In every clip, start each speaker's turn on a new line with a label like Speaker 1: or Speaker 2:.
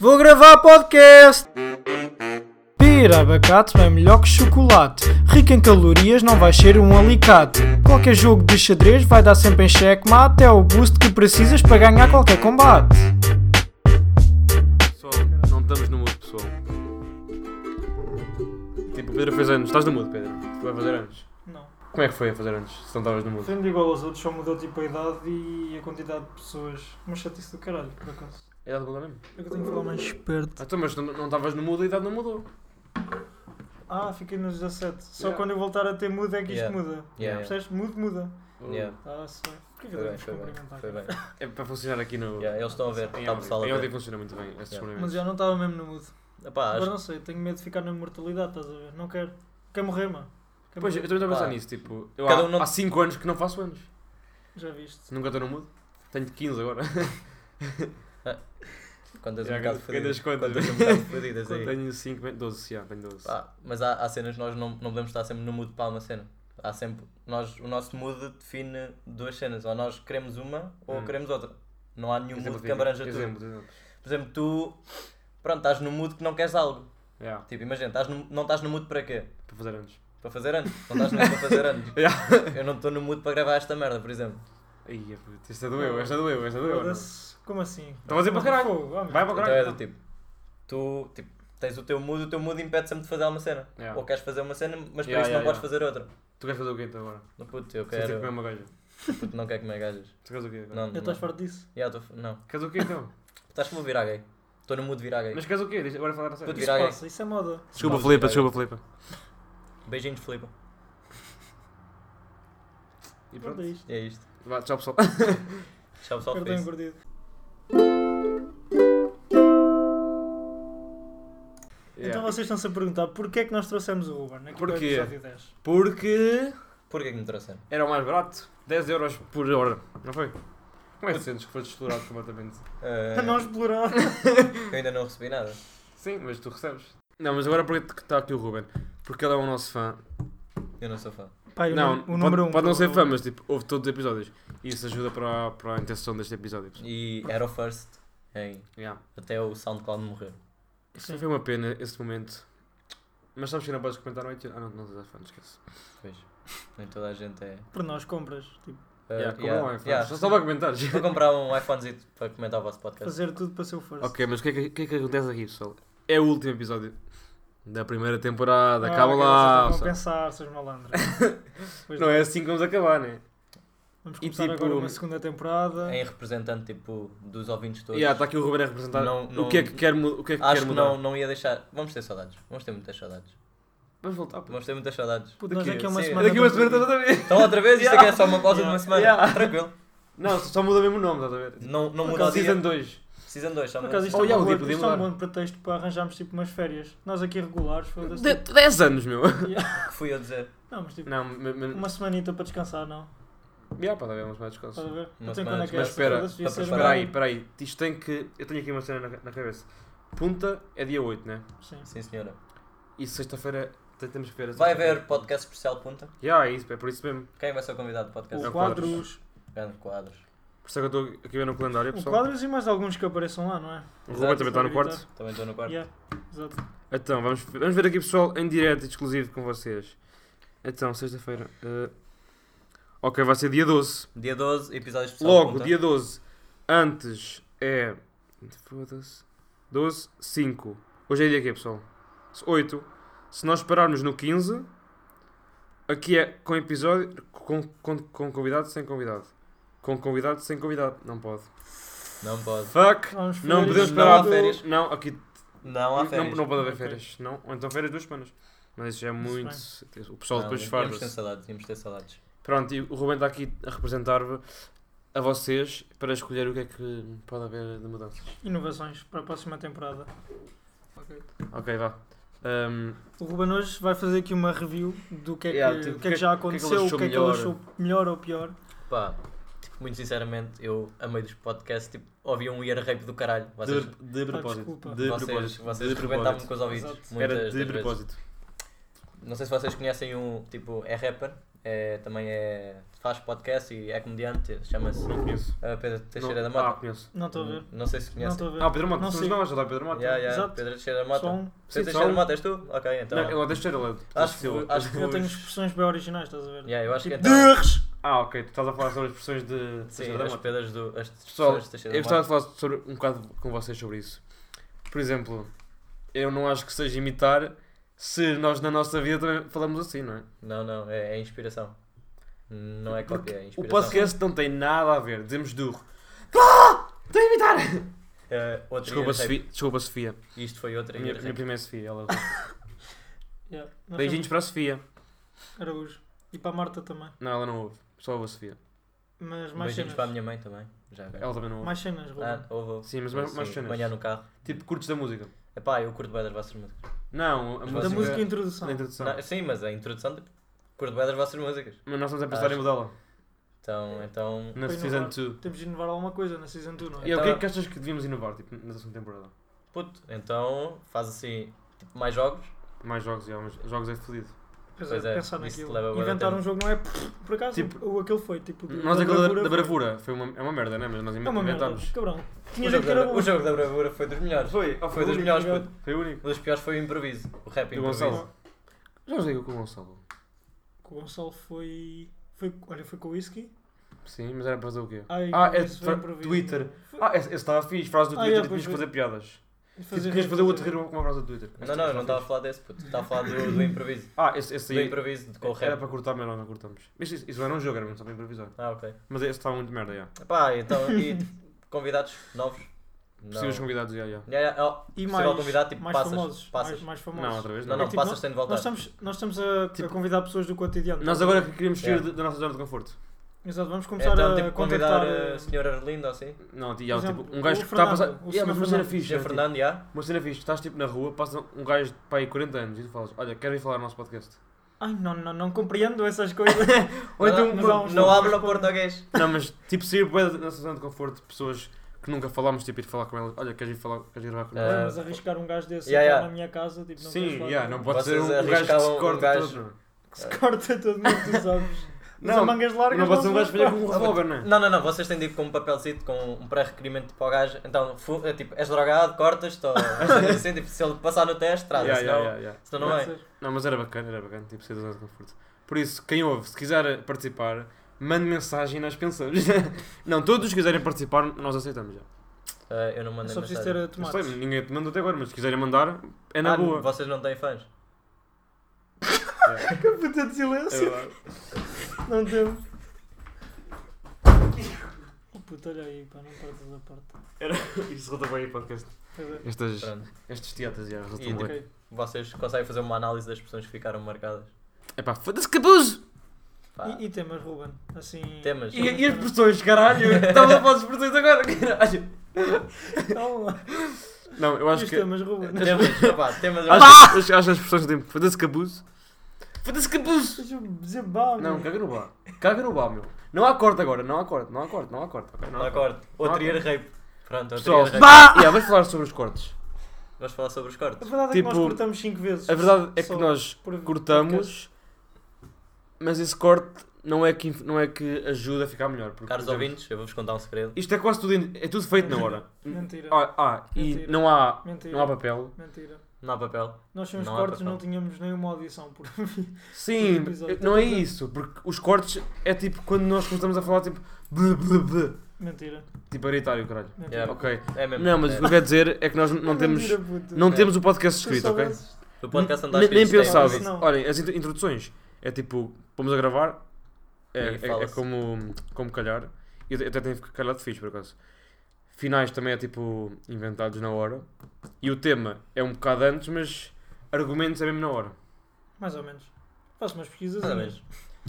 Speaker 1: Vou gravar podcast! Pera abacate é melhor que chocolate. Rico em calorias não vai ser um alicate. Qualquer jogo de xadrez vai dar sempre em xeque, mas até o boost que precisas para ganhar qualquer combate.
Speaker 2: Pessoal, não estamos no mood, pessoal. Tipo, o Pedro fez anos. Estás no mood, Pedro? Tu vai fazer anos.
Speaker 1: Não.
Speaker 2: Como é que foi a fazer anos? Se não estavas no mood?
Speaker 1: Sendo igual aos outros, só mudou tipo a idade e a quantidade de pessoas. Mas chatice do caralho, por acaso.
Speaker 2: É dado problema mesmo.
Speaker 1: É que eu tenho que falar mais perto.
Speaker 2: Ah, então, mas tu não não estavas no mood, a idade não mudou.
Speaker 1: Ah, fiquei nos 17. Só
Speaker 2: Yeah.
Speaker 1: quando eu voltar a ter muda é que isto
Speaker 3: Yeah.
Speaker 1: muda.
Speaker 3: Yeah.
Speaker 1: Percebes? Mudo, muda.
Speaker 3: Yeah.
Speaker 1: Ah, sei. Porquê que
Speaker 3: Foi bem,
Speaker 1: devemos
Speaker 3: foi bem.
Speaker 1: cumprimentar?
Speaker 3: Foi bem.
Speaker 2: É para funcionar aqui no.
Speaker 3: Yeah, eles estão a ver.
Speaker 2: Em
Speaker 3: Está o pessoal a
Speaker 2: áudio. é Em áudio
Speaker 3: ver.
Speaker 2: funciona muito bem. estes
Speaker 3: Yeah.
Speaker 1: Mas
Speaker 2: descobrimentos.
Speaker 1: já não estava mesmo no mood.
Speaker 3: Epá,
Speaker 1: Agora
Speaker 3: Ah, acho-
Speaker 1: não sei, tenho medo de ficar na imortalidade, estás a ver? Não quero. Quero morrer, mano. Quero
Speaker 2: Pois, eu
Speaker 1: morrer.
Speaker 2: também estou a pensar
Speaker 3: Pá.
Speaker 2: nisso. Tipo, eu
Speaker 3: Cada
Speaker 2: há-
Speaker 3: um não-
Speaker 2: há 5 anos que não faço anos.
Speaker 1: Já viste.
Speaker 2: Nunca estou no mood. Tenho 15 agora.
Speaker 3: quando tens um
Speaker 2: Já,
Speaker 3: bocado
Speaker 2: quem das
Speaker 3: fodidas.
Speaker 2: contas?
Speaker 3: Quando tens um bocado fodidas aí.
Speaker 2: Tenho 5, 12, já, tenho 12.
Speaker 3: Pá, mas há, há cenas que nós não, não podemos estar sempre no mood para uma cena. Há sempre. Nós, o nosso mood define duas cenas. Ou nós queremos uma ou
Speaker 2: Hum.
Speaker 3: queremos outra. Não há nenhum
Speaker 2: Exemplo
Speaker 3: mood que
Speaker 2: de-
Speaker 3: abranja tudo.
Speaker 2: Exemplo, exemplo.
Speaker 3: Por exemplo, tu. Pronto, estás no mood que não queres algo.
Speaker 2: Yeah,
Speaker 3: Tipo, imagina, estás no- não estás no mood para quê?
Speaker 2: para fazer anos.
Speaker 3: Para fazer anos. Não estás no mood para fazer anos.
Speaker 2: Yeah.
Speaker 3: Eu não estou no mood para gravar esta merda, por exemplo.
Speaker 2: Ai, é puto, esta doeu, esta doeu, esta doeu. não?
Speaker 1: Foda-se. Como assim?
Speaker 2: Estão a dizer para caralho.
Speaker 1: Fogo, vamos.
Speaker 2: Vai para
Speaker 3: Então é
Speaker 2: caralho.
Speaker 3: do tipo, tu tipo, tens o teu mood, o teu mood impede sempre de fazer alguma cena.
Speaker 1: É.
Speaker 2: Yeah.
Speaker 3: Ou queres fazer uma cena, mas para
Speaker 2: Yeah,
Speaker 3: isso
Speaker 2: yeah,
Speaker 3: não podes
Speaker 2: yeah.
Speaker 3: fazer outra.
Speaker 2: Tu queres fazer o quê então agora?
Speaker 3: No puto, eu
Speaker 2: Se eu tiver que comer
Speaker 3: quero.
Speaker 2: uma gaja.
Speaker 3: puto, não quero comer gajas.
Speaker 2: Tu queres o quê agora?
Speaker 3: Não,
Speaker 1: Já estás
Speaker 3: não.
Speaker 1: farto disso?
Speaker 3: Yeah, tô- não.
Speaker 2: Queres o quê então?
Speaker 3: Estás-me a virar gay. Estou no mood de virar gay.
Speaker 2: Mas queres o quê? Deixa- Agora falar a
Speaker 3: Puto,
Speaker 2: sério.
Speaker 3: virar gay.
Speaker 1: Passa, isso é moda.
Speaker 2: Desculpa,
Speaker 3: Não, é.
Speaker 2: Filipa,
Speaker 3: virar
Speaker 2: desculpa, Filipa.
Speaker 3: Beijinhos, Filipe.
Speaker 2: E
Speaker 1: Guarda
Speaker 2: pronto.
Speaker 1: isto.
Speaker 3: E é isto.
Speaker 2: Vá, Tchau, pessoal.
Speaker 1: Então
Speaker 3: Tchau pessoal,
Speaker 2: um
Speaker 1: Perdão,
Speaker 3: fez.
Speaker 1: engordido. Então
Speaker 2: Yeah.
Speaker 1: vocês estão-se a perguntar porquê é que nós trouxemos o Ruben? Aqui para o
Speaker 2: Porquê?
Speaker 1: episódio 10.
Speaker 2: Porque
Speaker 3: Porquê que me trouxeram?
Speaker 2: era o mais barato. 10 euros por hora. Não foi? Como é que sentes que foste explorado completamente?
Speaker 3: Eh,
Speaker 2: É
Speaker 1: A nós plural.
Speaker 3: eu ainda não recebi nada.
Speaker 2: Sim, mas tu recebes. Não, mas agora porque que está aqui o Ruben? Porque ele é o nosso fã.
Speaker 3: Eu não sou fã.
Speaker 1: Pai, o
Speaker 2: não,
Speaker 1: nú- o
Speaker 2: pode,
Speaker 1: número um,
Speaker 2: pode não ser fã,
Speaker 1: provavelmente.
Speaker 2: mas tipo, ouve todos os episódios. E isso ajuda para, a- para a intenção deste episódio. pessoal.
Speaker 3: E era o first em
Speaker 2: Yeah.
Speaker 3: até o SoundCloud morrer.
Speaker 2: Isso foi uma pena, esse momento. Mas sabes que não podes comentar no iTunes? Ah, não, não tens fã, esquece.
Speaker 3: Pois. Nem toda a gente é.
Speaker 1: Por nós compras. Tipo,
Speaker 3: Eh,
Speaker 2: yeah, como
Speaker 3: yeah,
Speaker 2: não é fã?
Speaker 3: yeah.
Speaker 2: Só estava a comentar.
Speaker 3: Vou comprar um iPhonezito para comentar o vosso podcast.
Speaker 1: fazer tudo para ser o first.
Speaker 2: ok, mas o que, é que, o que é que acontece aqui, pessoal? É o último episódio da primeira temporada.
Speaker 1: Ah,
Speaker 2: Acaba
Speaker 1: ok,
Speaker 2: lá.
Speaker 1: vocês Vão
Speaker 2: pessoal.
Speaker 1: pensar, seus malandros. Pois
Speaker 2: Não é assim que vamos acabar, né?
Speaker 1: Vamos
Speaker 2: E
Speaker 1: começar
Speaker 2: tipo- É.
Speaker 1: agora uma segunda temporada.
Speaker 3: em representante tipo dos ouvintes
Speaker 2: Está
Speaker 3: todos.
Speaker 2: tá aqui o Ruben a representar.
Speaker 3: Não-
Speaker 2: O
Speaker 3: não-
Speaker 2: que é que quer, mu- o que é que quer
Speaker 3: Acho que
Speaker 2: mudar?
Speaker 3: não, não ia deixar. Vamos ter saudades. Vamos ter muitas saudades.
Speaker 2: Vamos voltar. pô.
Speaker 3: Vamos ter muitas saudades.
Speaker 1: Puto, nós
Speaker 2: Daqui-
Speaker 1: daqui a uma
Speaker 3: sim,
Speaker 1: semana.
Speaker 2: Daqui a uma semana
Speaker 1: estamos
Speaker 2: estás
Speaker 1: aqui.
Speaker 2: outra vez.
Speaker 3: Então outra vez, isto
Speaker 2: Yeah.
Speaker 3: aqui é só uma pausa de
Speaker 1: Yeah.
Speaker 3: uma semana.
Speaker 2: Yeah.
Speaker 3: Tranquilo.
Speaker 2: Não, só muda mesmo o nome, estás a ver?
Speaker 3: Não, não muda o
Speaker 2: Não,
Speaker 3: dia.
Speaker 2: Season 2.
Speaker 3: Season 2, só
Speaker 1: Por
Speaker 3: muda.
Speaker 1: acaso isto,
Speaker 2: Oh,
Speaker 1: é,
Speaker 2: yeah,
Speaker 1: um
Speaker 2: o
Speaker 1: bom,
Speaker 2: tipo,
Speaker 1: isto é um
Speaker 2: mudar.
Speaker 1: bom pretexto para arranjarmos tipo umas férias. Nós aqui regulares, foda-se. tipo,
Speaker 2: 10 anos, meu.
Speaker 3: que fui eu dizer.
Speaker 1: Não, mas tipo,
Speaker 2: Não, mas.
Speaker 1: uma semanita para descansar, não?
Speaker 2: Já, pode haver umas mais
Speaker 1: Estás a
Speaker 2: descansos.
Speaker 1: ver?
Speaker 3: Uma
Speaker 1: Eu tenho
Speaker 3: semana
Speaker 1: quando é
Speaker 3: de
Speaker 1: que é
Speaker 2: Mas
Speaker 1: essa,
Speaker 2: espera,
Speaker 1: foda-se, devia
Speaker 3: para
Speaker 1: ser
Speaker 3: preparar.
Speaker 2: Espera aí,
Speaker 1: agora.
Speaker 2: espera aí. Isto tem que. Eu tenho aqui uma cena na, na cabeça. Punta é dia 8, né?
Speaker 1: Sim.
Speaker 3: Sim senhora.
Speaker 2: E sexta-feira t- temos que ver essa
Speaker 3: Vai
Speaker 2: cena.
Speaker 3: haver podcast especial punta.
Speaker 2: Já, é isso, é por isso mesmo.
Speaker 3: Quem vai ser o convidado do podcast?
Speaker 1: O
Speaker 2: quadros.
Speaker 1: quadros.
Speaker 3: Grande quadros.
Speaker 2: Por isso é que eu estou aqui a ver no calendário,
Speaker 1: O
Speaker 2: pessoal.
Speaker 1: quadros e mais alguns que apareçam lá, não é?
Speaker 2: O Ruben também está no
Speaker 1: Exato,
Speaker 2: quarto.
Speaker 3: Também estou no quarto.
Speaker 1: Yeah, exato.
Speaker 2: Então, vamos, vamos ver aqui, pessoal, em direto e exclusivo com vocês. Então, sexta-feira. eh, Ok, vai ser dia 12.
Speaker 3: Dia 12, episódio especial
Speaker 2: Logo,
Speaker 3: punta.
Speaker 2: dia 12. Antes é. Foda-se. 12, 5. Hoje é dia quê, pessoal? 8. Se nós pararmos no 15, aqui é com episódio. Com, com, com convidado, sem convidado. Com convidado, sem convidado. Não pode.
Speaker 3: Não pode.
Speaker 2: Fuck!
Speaker 1: Vamos
Speaker 2: Não
Speaker 1: fazer
Speaker 2: podemos
Speaker 1: isto.
Speaker 3: Não
Speaker 2: parar.
Speaker 3: há férias.
Speaker 2: Não, aqui.
Speaker 3: Não há
Speaker 2: Não,
Speaker 3: férias.
Speaker 2: não pode haver
Speaker 1: Ok.
Speaker 2: férias. Não. Ou então férias duas semanas. Mas isso já é muito. O pessoal
Speaker 3: Não, é,
Speaker 2: depois
Speaker 3: íamos ter
Speaker 2: farda-se.
Speaker 3: saudades, íamos ter saudades.
Speaker 2: Pronto, e o Ruben está aqui a representar-vos a vocês para escolher o que é que pode haver de mudanças.
Speaker 1: Inovações para a próxima temporada.
Speaker 2: Ok, vá. Ahm,
Speaker 1: O Ruben hoje vai fazer aqui uma review do que é que,
Speaker 2: Yeah, tipo,
Speaker 1: o que é que já
Speaker 2: o que é que ele
Speaker 1: aconteceu, o que
Speaker 2: achou
Speaker 1: é que ele
Speaker 2: melhor.
Speaker 1: achou melhor ou pior.
Speaker 3: Pá, tipo, muito sinceramente, eu, a meio dos podcasts, tipo, ouvia um ear rape do caralho. Vocês,
Speaker 2: de, de propósito.
Speaker 1: Ah, desculpa.
Speaker 2: De
Speaker 3: vocês,
Speaker 2: propósito.
Speaker 3: vocês
Speaker 2: de
Speaker 3: rebentavam
Speaker 2: propósito.
Speaker 3: com os ouvidos.
Speaker 1: Exato.
Speaker 3: Muitas
Speaker 2: Era de
Speaker 3: das vezes.
Speaker 2: propósito.
Speaker 3: Não sei se vocês conhecem um, tipo, é rapper, é, também é, faz podcast e é comediante, chama-se
Speaker 2: Não conheço.
Speaker 3: uh, Pedro Teixeira da
Speaker 2: Não- Ah,
Speaker 3: Mota.
Speaker 2: conheço.
Speaker 1: Não estou a ver.
Speaker 3: Não sei se
Speaker 1: Não
Speaker 3: conhece.
Speaker 1: estou a ver.
Speaker 2: Ah, Pedro Mota.
Speaker 1: Não
Speaker 2: Somos
Speaker 1: sei.
Speaker 2: nós, já dá Pedro Mota.
Speaker 3: Yeah, yeah,
Speaker 1: Exato.
Speaker 3: Pedro Teixeira da Mota.
Speaker 1: Só um-
Speaker 2: Sim,
Speaker 3: Pedro
Speaker 2: só
Speaker 3: Teixeira
Speaker 2: um.
Speaker 3: da Mota és tu? Ok, então.
Speaker 2: Não, eu deixo ele. é
Speaker 3: Acho que, acho que
Speaker 1: Eu tenho
Speaker 3: os-
Speaker 1: expressões bem originais, estás a ver?
Speaker 3: Yeah, eu acho que
Speaker 1: Tipo,
Speaker 3: então-
Speaker 1: Durres!
Speaker 2: Ah, ok. Tu estás a falar sobre as expressões de de
Speaker 3: Sim,
Speaker 2: Teixeira da
Speaker 3: as
Speaker 2: Mota.
Speaker 3: pedras do. As
Speaker 2: Pessoal,
Speaker 3: pessoas de Teixeira
Speaker 2: eu
Speaker 3: da
Speaker 2: gostava de
Speaker 3: Mota.
Speaker 2: falar sobre, um bocado com vocês sobre isso. Por exemplo, eu não acho que seja imitar se nós na nossa vida também falamos assim, não é?
Speaker 3: Não, não, é, é inspiração. Não é
Speaker 2: Porque
Speaker 3: cópia, é inspiração.
Speaker 2: o podcast não tem nada a ver. Dizemos durro.
Speaker 3: Eh, outra
Speaker 2: Desculpa,
Speaker 3: ira, sei-
Speaker 2: Sofia. Desculpa, Sofia.
Speaker 3: Isto foi outra
Speaker 2: Minha,
Speaker 3: ira,
Speaker 2: minha
Speaker 3: sei-
Speaker 2: prima é Sofia. Ela...
Speaker 1: Yeah. Nós
Speaker 2: Beijinhos para a Sofia.
Speaker 1: temos Araújo. E para a Marta também.
Speaker 2: Não, ela não ouve. Só ouve a Sofia.
Speaker 1: Mas mais
Speaker 3: Beijinhos para a
Speaker 1: cenas.
Speaker 3: minha mãe também. Já agora.
Speaker 2: Ela também não ouve.
Speaker 1: Mais cenas, Ruben.
Speaker 3: Ah, ouve, ouve.
Speaker 2: Sim, mas mais, mais
Speaker 3: Sim,
Speaker 2: cenas.
Speaker 3: Amanhã no carro.
Speaker 2: Tipo, curtes da música.
Speaker 3: Epá, eu curto bem das vossas músicas.
Speaker 2: Não, a
Speaker 3: Da
Speaker 1: da
Speaker 2: música...
Speaker 1: música e introdução.
Speaker 2: Da introdução.
Speaker 3: Não, sim, mas a introdução, tipo, curto bem das vossas músicas.
Speaker 2: Mas nós estamos a pensar em
Speaker 3: Acho-
Speaker 2: mudá-la.
Speaker 3: Então, então...
Speaker 2: Na
Speaker 1: Foi
Speaker 2: Season
Speaker 1: inovar.
Speaker 2: 2.
Speaker 1: Temos de inovar alguma coisa na Season 2,
Speaker 2: E o
Speaker 1: não é?
Speaker 2: que é
Speaker 3: Então-
Speaker 2: que achas que devíamos inovar, tipo, na segunda temporada?
Speaker 3: Puto, então faz assim, tipo, mais jogos.
Speaker 2: Mais jogos, já, mas jogos é fodido.
Speaker 1: Pois
Speaker 3: Pois
Speaker 1: é,
Speaker 3: é,
Speaker 1: pensar
Speaker 3: isso
Speaker 1: naquilo.
Speaker 3: leva bué de
Speaker 1: Inventar
Speaker 3: tempo.
Speaker 1: um jogo não é. Por acaso,
Speaker 2: Tipo,
Speaker 1: o, aquele foi. Tipo,
Speaker 2: Nós é aquele da- da
Speaker 1: foi-
Speaker 2: bravura foi uma, é uma merda, né? Mas nós
Speaker 1: É uma merda,
Speaker 2: inventámos.
Speaker 1: cabrão.
Speaker 3: O
Speaker 1: Tinha
Speaker 3: jogo,
Speaker 1: gente que era
Speaker 3: da,
Speaker 1: bom.
Speaker 3: o jogo da bravura foi dos melhores.
Speaker 2: Foi,
Speaker 3: Foi dos melhores, puto.
Speaker 2: Foi o único.
Speaker 3: Um dos piores foi o improviso. O rap
Speaker 2: E o
Speaker 3: improviso.
Speaker 2: Gonçalo? Já joguei com o Gonçalo.
Speaker 1: O Gonçalo foi. foi olha, foi com o whisky.
Speaker 2: Sim, mas era para fazer o quê?
Speaker 1: Ai,
Speaker 2: Ah, é
Speaker 1: isso foi
Speaker 2: fra-
Speaker 1: improviso.
Speaker 2: Twitter.
Speaker 1: Foi-
Speaker 2: Ah, esse esse estava fixe, frase do
Speaker 1: Ah,
Speaker 2: Twitter
Speaker 1: é,
Speaker 2: e tinhas
Speaker 1: pois
Speaker 2: de fazer piadas. Tipo,
Speaker 1: fazer-
Speaker 2: Tinhas de fazer o outro rir com uma frase do Twitter.
Speaker 3: Não, não, eu não estava a falar desse, puto. Estava a falar do, do improviso.
Speaker 2: Ah, esse, esse
Speaker 3: Do
Speaker 2: aí
Speaker 3: improviso de- com o
Speaker 2: era
Speaker 3: rap.
Speaker 2: para cortar, mas nós não cortamos. Mas isso, isso era um jogo, era mesmo só para improvisar.
Speaker 3: Ah, ok.
Speaker 2: Mas esse estava muito merda, já.
Speaker 3: Pá, então, e convidados novos? Não.
Speaker 2: Possíveis convidados, já, já.
Speaker 3: Yeah, yeah, oh,
Speaker 1: E
Speaker 3: possível
Speaker 1: mais,
Speaker 3: convidado, tipo,
Speaker 1: mais
Speaker 3: passas,
Speaker 1: famosos.
Speaker 3: passas.
Speaker 1: Mais, mais famosos.
Speaker 2: Não, outra vez
Speaker 3: não, Tipo,
Speaker 2: não.
Speaker 3: não,
Speaker 1: É tipo,
Speaker 3: passas, tem de voltar.
Speaker 1: Nós estamos, nós estamos a, a convidar pessoas do cotidiano.
Speaker 2: Nós agora que queríamos sair
Speaker 3: Yeah.
Speaker 2: da nossa zona de conforto.
Speaker 1: Exato, vamos começar
Speaker 3: Então,
Speaker 1: a
Speaker 3: tipo,
Speaker 1: contactar.
Speaker 3: convidar
Speaker 1: eh,
Speaker 3: a senhora Arlindo, assim.
Speaker 2: Não, tinha
Speaker 1: Por
Speaker 2: tipo
Speaker 1: exemplo,
Speaker 2: um gajo
Speaker 1: é o
Speaker 2: que está a
Speaker 1: Fernando,
Speaker 2: passar.
Speaker 1: o
Speaker 2: Yeah, mas
Speaker 1: senhor
Speaker 2: uma cena
Speaker 1: Fernando.
Speaker 2: fixe.
Speaker 3: Jean
Speaker 2: é, tipo,
Speaker 3: Fernando, já?
Speaker 2: Uma cena fixe, estás tipo na rua, passa um gajo de pai 40 anos e tu falas, olha, quero ir falar no nosso podcast.
Speaker 1: Ai, não, não, não compreendo essas coisas.
Speaker 2: Ou então,
Speaker 3: Não,
Speaker 1: mas
Speaker 2: pô-
Speaker 1: há uns-
Speaker 3: Não habla português.
Speaker 2: não, mas tipo sair bué da nossa zona de conforto de pessoas que nunca falámos, tipo ir falar com elas, olha, queres ir falar, queres ir falar com
Speaker 3: Ah,
Speaker 2: nós?
Speaker 1: Ué, mas arriscar um gajo desse
Speaker 3: Yeah,
Speaker 1: entrar
Speaker 3: yeah.
Speaker 1: na minha casa, tipo, não
Speaker 2: Sim,
Speaker 1: queres falar
Speaker 2: yeah,
Speaker 1: com
Speaker 2: não
Speaker 1: ele.
Speaker 2: pode ser um,
Speaker 3: Vocês
Speaker 2: um gajo que
Speaker 3: arriscavam
Speaker 2: se
Speaker 3: um
Speaker 2: corta
Speaker 3: gajo-
Speaker 2: todo.
Speaker 1: Que se corta todo mundo, tu sabes. Mas
Speaker 2: Não,
Speaker 1: a mangas largas
Speaker 2: Não pode ser um gajo
Speaker 1: se
Speaker 2: que venha com um
Speaker 3: Ah,
Speaker 2: revólver, não é?
Speaker 3: Não, não, não, vocês têm de ir com um papelzito com um pré-requerimento para o gajo. Então, fu- é tipo, és drogado, cortas, ou assim, tipo, se ele passar no teste, traz,
Speaker 2: Yeah,
Speaker 3: senão,
Speaker 2: yeah, yeah, yeah.
Speaker 3: senão não é.
Speaker 2: Não, mas era bacana, era bacana, tipo, sair da zona de conforto. Por isso, quem ouve, se quiser participar, mande mensagem e nós pensamos. não, todos que quiserem participar, nós aceitamos já.
Speaker 3: Ah, eu não mandei
Speaker 1: É Só preciso
Speaker 3: mensagem.
Speaker 1: ter
Speaker 2: Não
Speaker 1: tomates.
Speaker 2: sei, ninguém te mandou até agora, mas se quiserem mandar, é na
Speaker 3: Ah,
Speaker 2: boa.
Speaker 3: vocês não têm fãs?
Speaker 2: Yeah.
Speaker 1: Que puta de
Speaker 2: É
Speaker 1: silêncio. Não temos. Oh puta, olha aí, pá, não partas a parte.
Speaker 2: Isso resulta bem aí podcast.
Speaker 1: Pois é.
Speaker 2: Estas,
Speaker 3: Pronto.
Speaker 2: estes teatros já
Speaker 3: E,
Speaker 2: resultam
Speaker 3: tipo,
Speaker 2: bem.
Speaker 1: Ok.
Speaker 3: Vocês conseguem fazer uma análise das pessoas que ficaram marcadas?
Speaker 2: Epá, foda-se cabuzo!
Speaker 3: Pá,
Speaker 1: E, e temas, Ruben? Assim.
Speaker 3: Temas?
Speaker 2: E, e as expressões, caralho? Estamos a falar de expressões agora, caralho!
Speaker 1: Calma.
Speaker 2: Não, eu
Speaker 1: e
Speaker 2: acho
Speaker 1: os
Speaker 2: que.
Speaker 1: temas, Ruben?
Speaker 3: Temas, pá, temas...
Speaker 2: Acho, acho, acho as expressões têm. Foda-se cabuzo! Foda-se cabuzo!
Speaker 1: Deixa-me dizer bá,
Speaker 2: Não,
Speaker 1: meu.
Speaker 2: caga no bar. Caga no bar, meu. Não há corte agora, não há corte, não há corte, não há corte. ok?
Speaker 3: Não acordo. Outro
Speaker 2: Não
Speaker 3: year rape. Pronto, outro
Speaker 2: Pessoal,
Speaker 3: year rape.
Speaker 2: bah! Yeah, vamos falar sobre os cortes.
Speaker 3: Vamos falar sobre os
Speaker 1: A
Speaker 3: cortes.
Speaker 1: verdade é que
Speaker 2: Tipo,
Speaker 1: nós cortamos 5 vezes.
Speaker 2: A verdade é que
Speaker 1: Só
Speaker 2: nós
Speaker 1: por-
Speaker 2: cortamos, mas esse corte não é que, não é que ajuda a ficar melhor. Porque,
Speaker 3: Caros
Speaker 2: por exemplo,
Speaker 3: ouvintes, eu vou-vos contar um segredo.
Speaker 2: Isto é quase tudo, in- é tudo feito na hora.
Speaker 1: Mentira.
Speaker 2: Ah, ah, e
Speaker 1: Mentira.
Speaker 2: não há,
Speaker 1: Mentira.
Speaker 2: não há papel.
Speaker 1: Mentira.
Speaker 3: Não há papel.
Speaker 1: Nós tínhamos
Speaker 3: Não há
Speaker 1: cortes,
Speaker 3: papel.
Speaker 1: não tínhamos nenhuma audição. Por...
Speaker 2: Sim,
Speaker 1: episódio.
Speaker 2: não é isso, porque os cortes é tipo quando nós começamos a falar tipo blá, blá, blá,
Speaker 1: Mentira.
Speaker 2: tipo a gritar e o caralho.
Speaker 1: Mentira.
Speaker 3: Yeah.
Speaker 2: Ok.
Speaker 3: É mesmo.
Speaker 2: Não, mas o que eu quero dizer é que nós não temos,
Speaker 1: Mentira, puto.
Speaker 2: não
Speaker 3: É.
Speaker 2: temos o podcast
Speaker 1: Tu
Speaker 2: escrito, ok?
Speaker 1: soubesses.
Speaker 3: O podcast não está
Speaker 2: Nem, nem
Speaker 3: escrito, isto é-
Speaker 2: pensava.
Speaker 1: Isso não.
Speaker 2: Olhem, as intro- introduções é tipo, vamos a gravar, é,
Speaker 3: E
Speaker 2: é- é
Speaker 3: fala-se.
Speaker 2: como, como calhar, e até até tem calhado fixe por acaso. Finais também é tipo inventados na hora, e o tema é um bocado antes, mas argumentos é mesmo na hora.
Speaker 1: Mais ou menos. Faço umas pesquisas.
Speaker 3: Mais ou
Speaker 1: né?
Speaker 3: menos.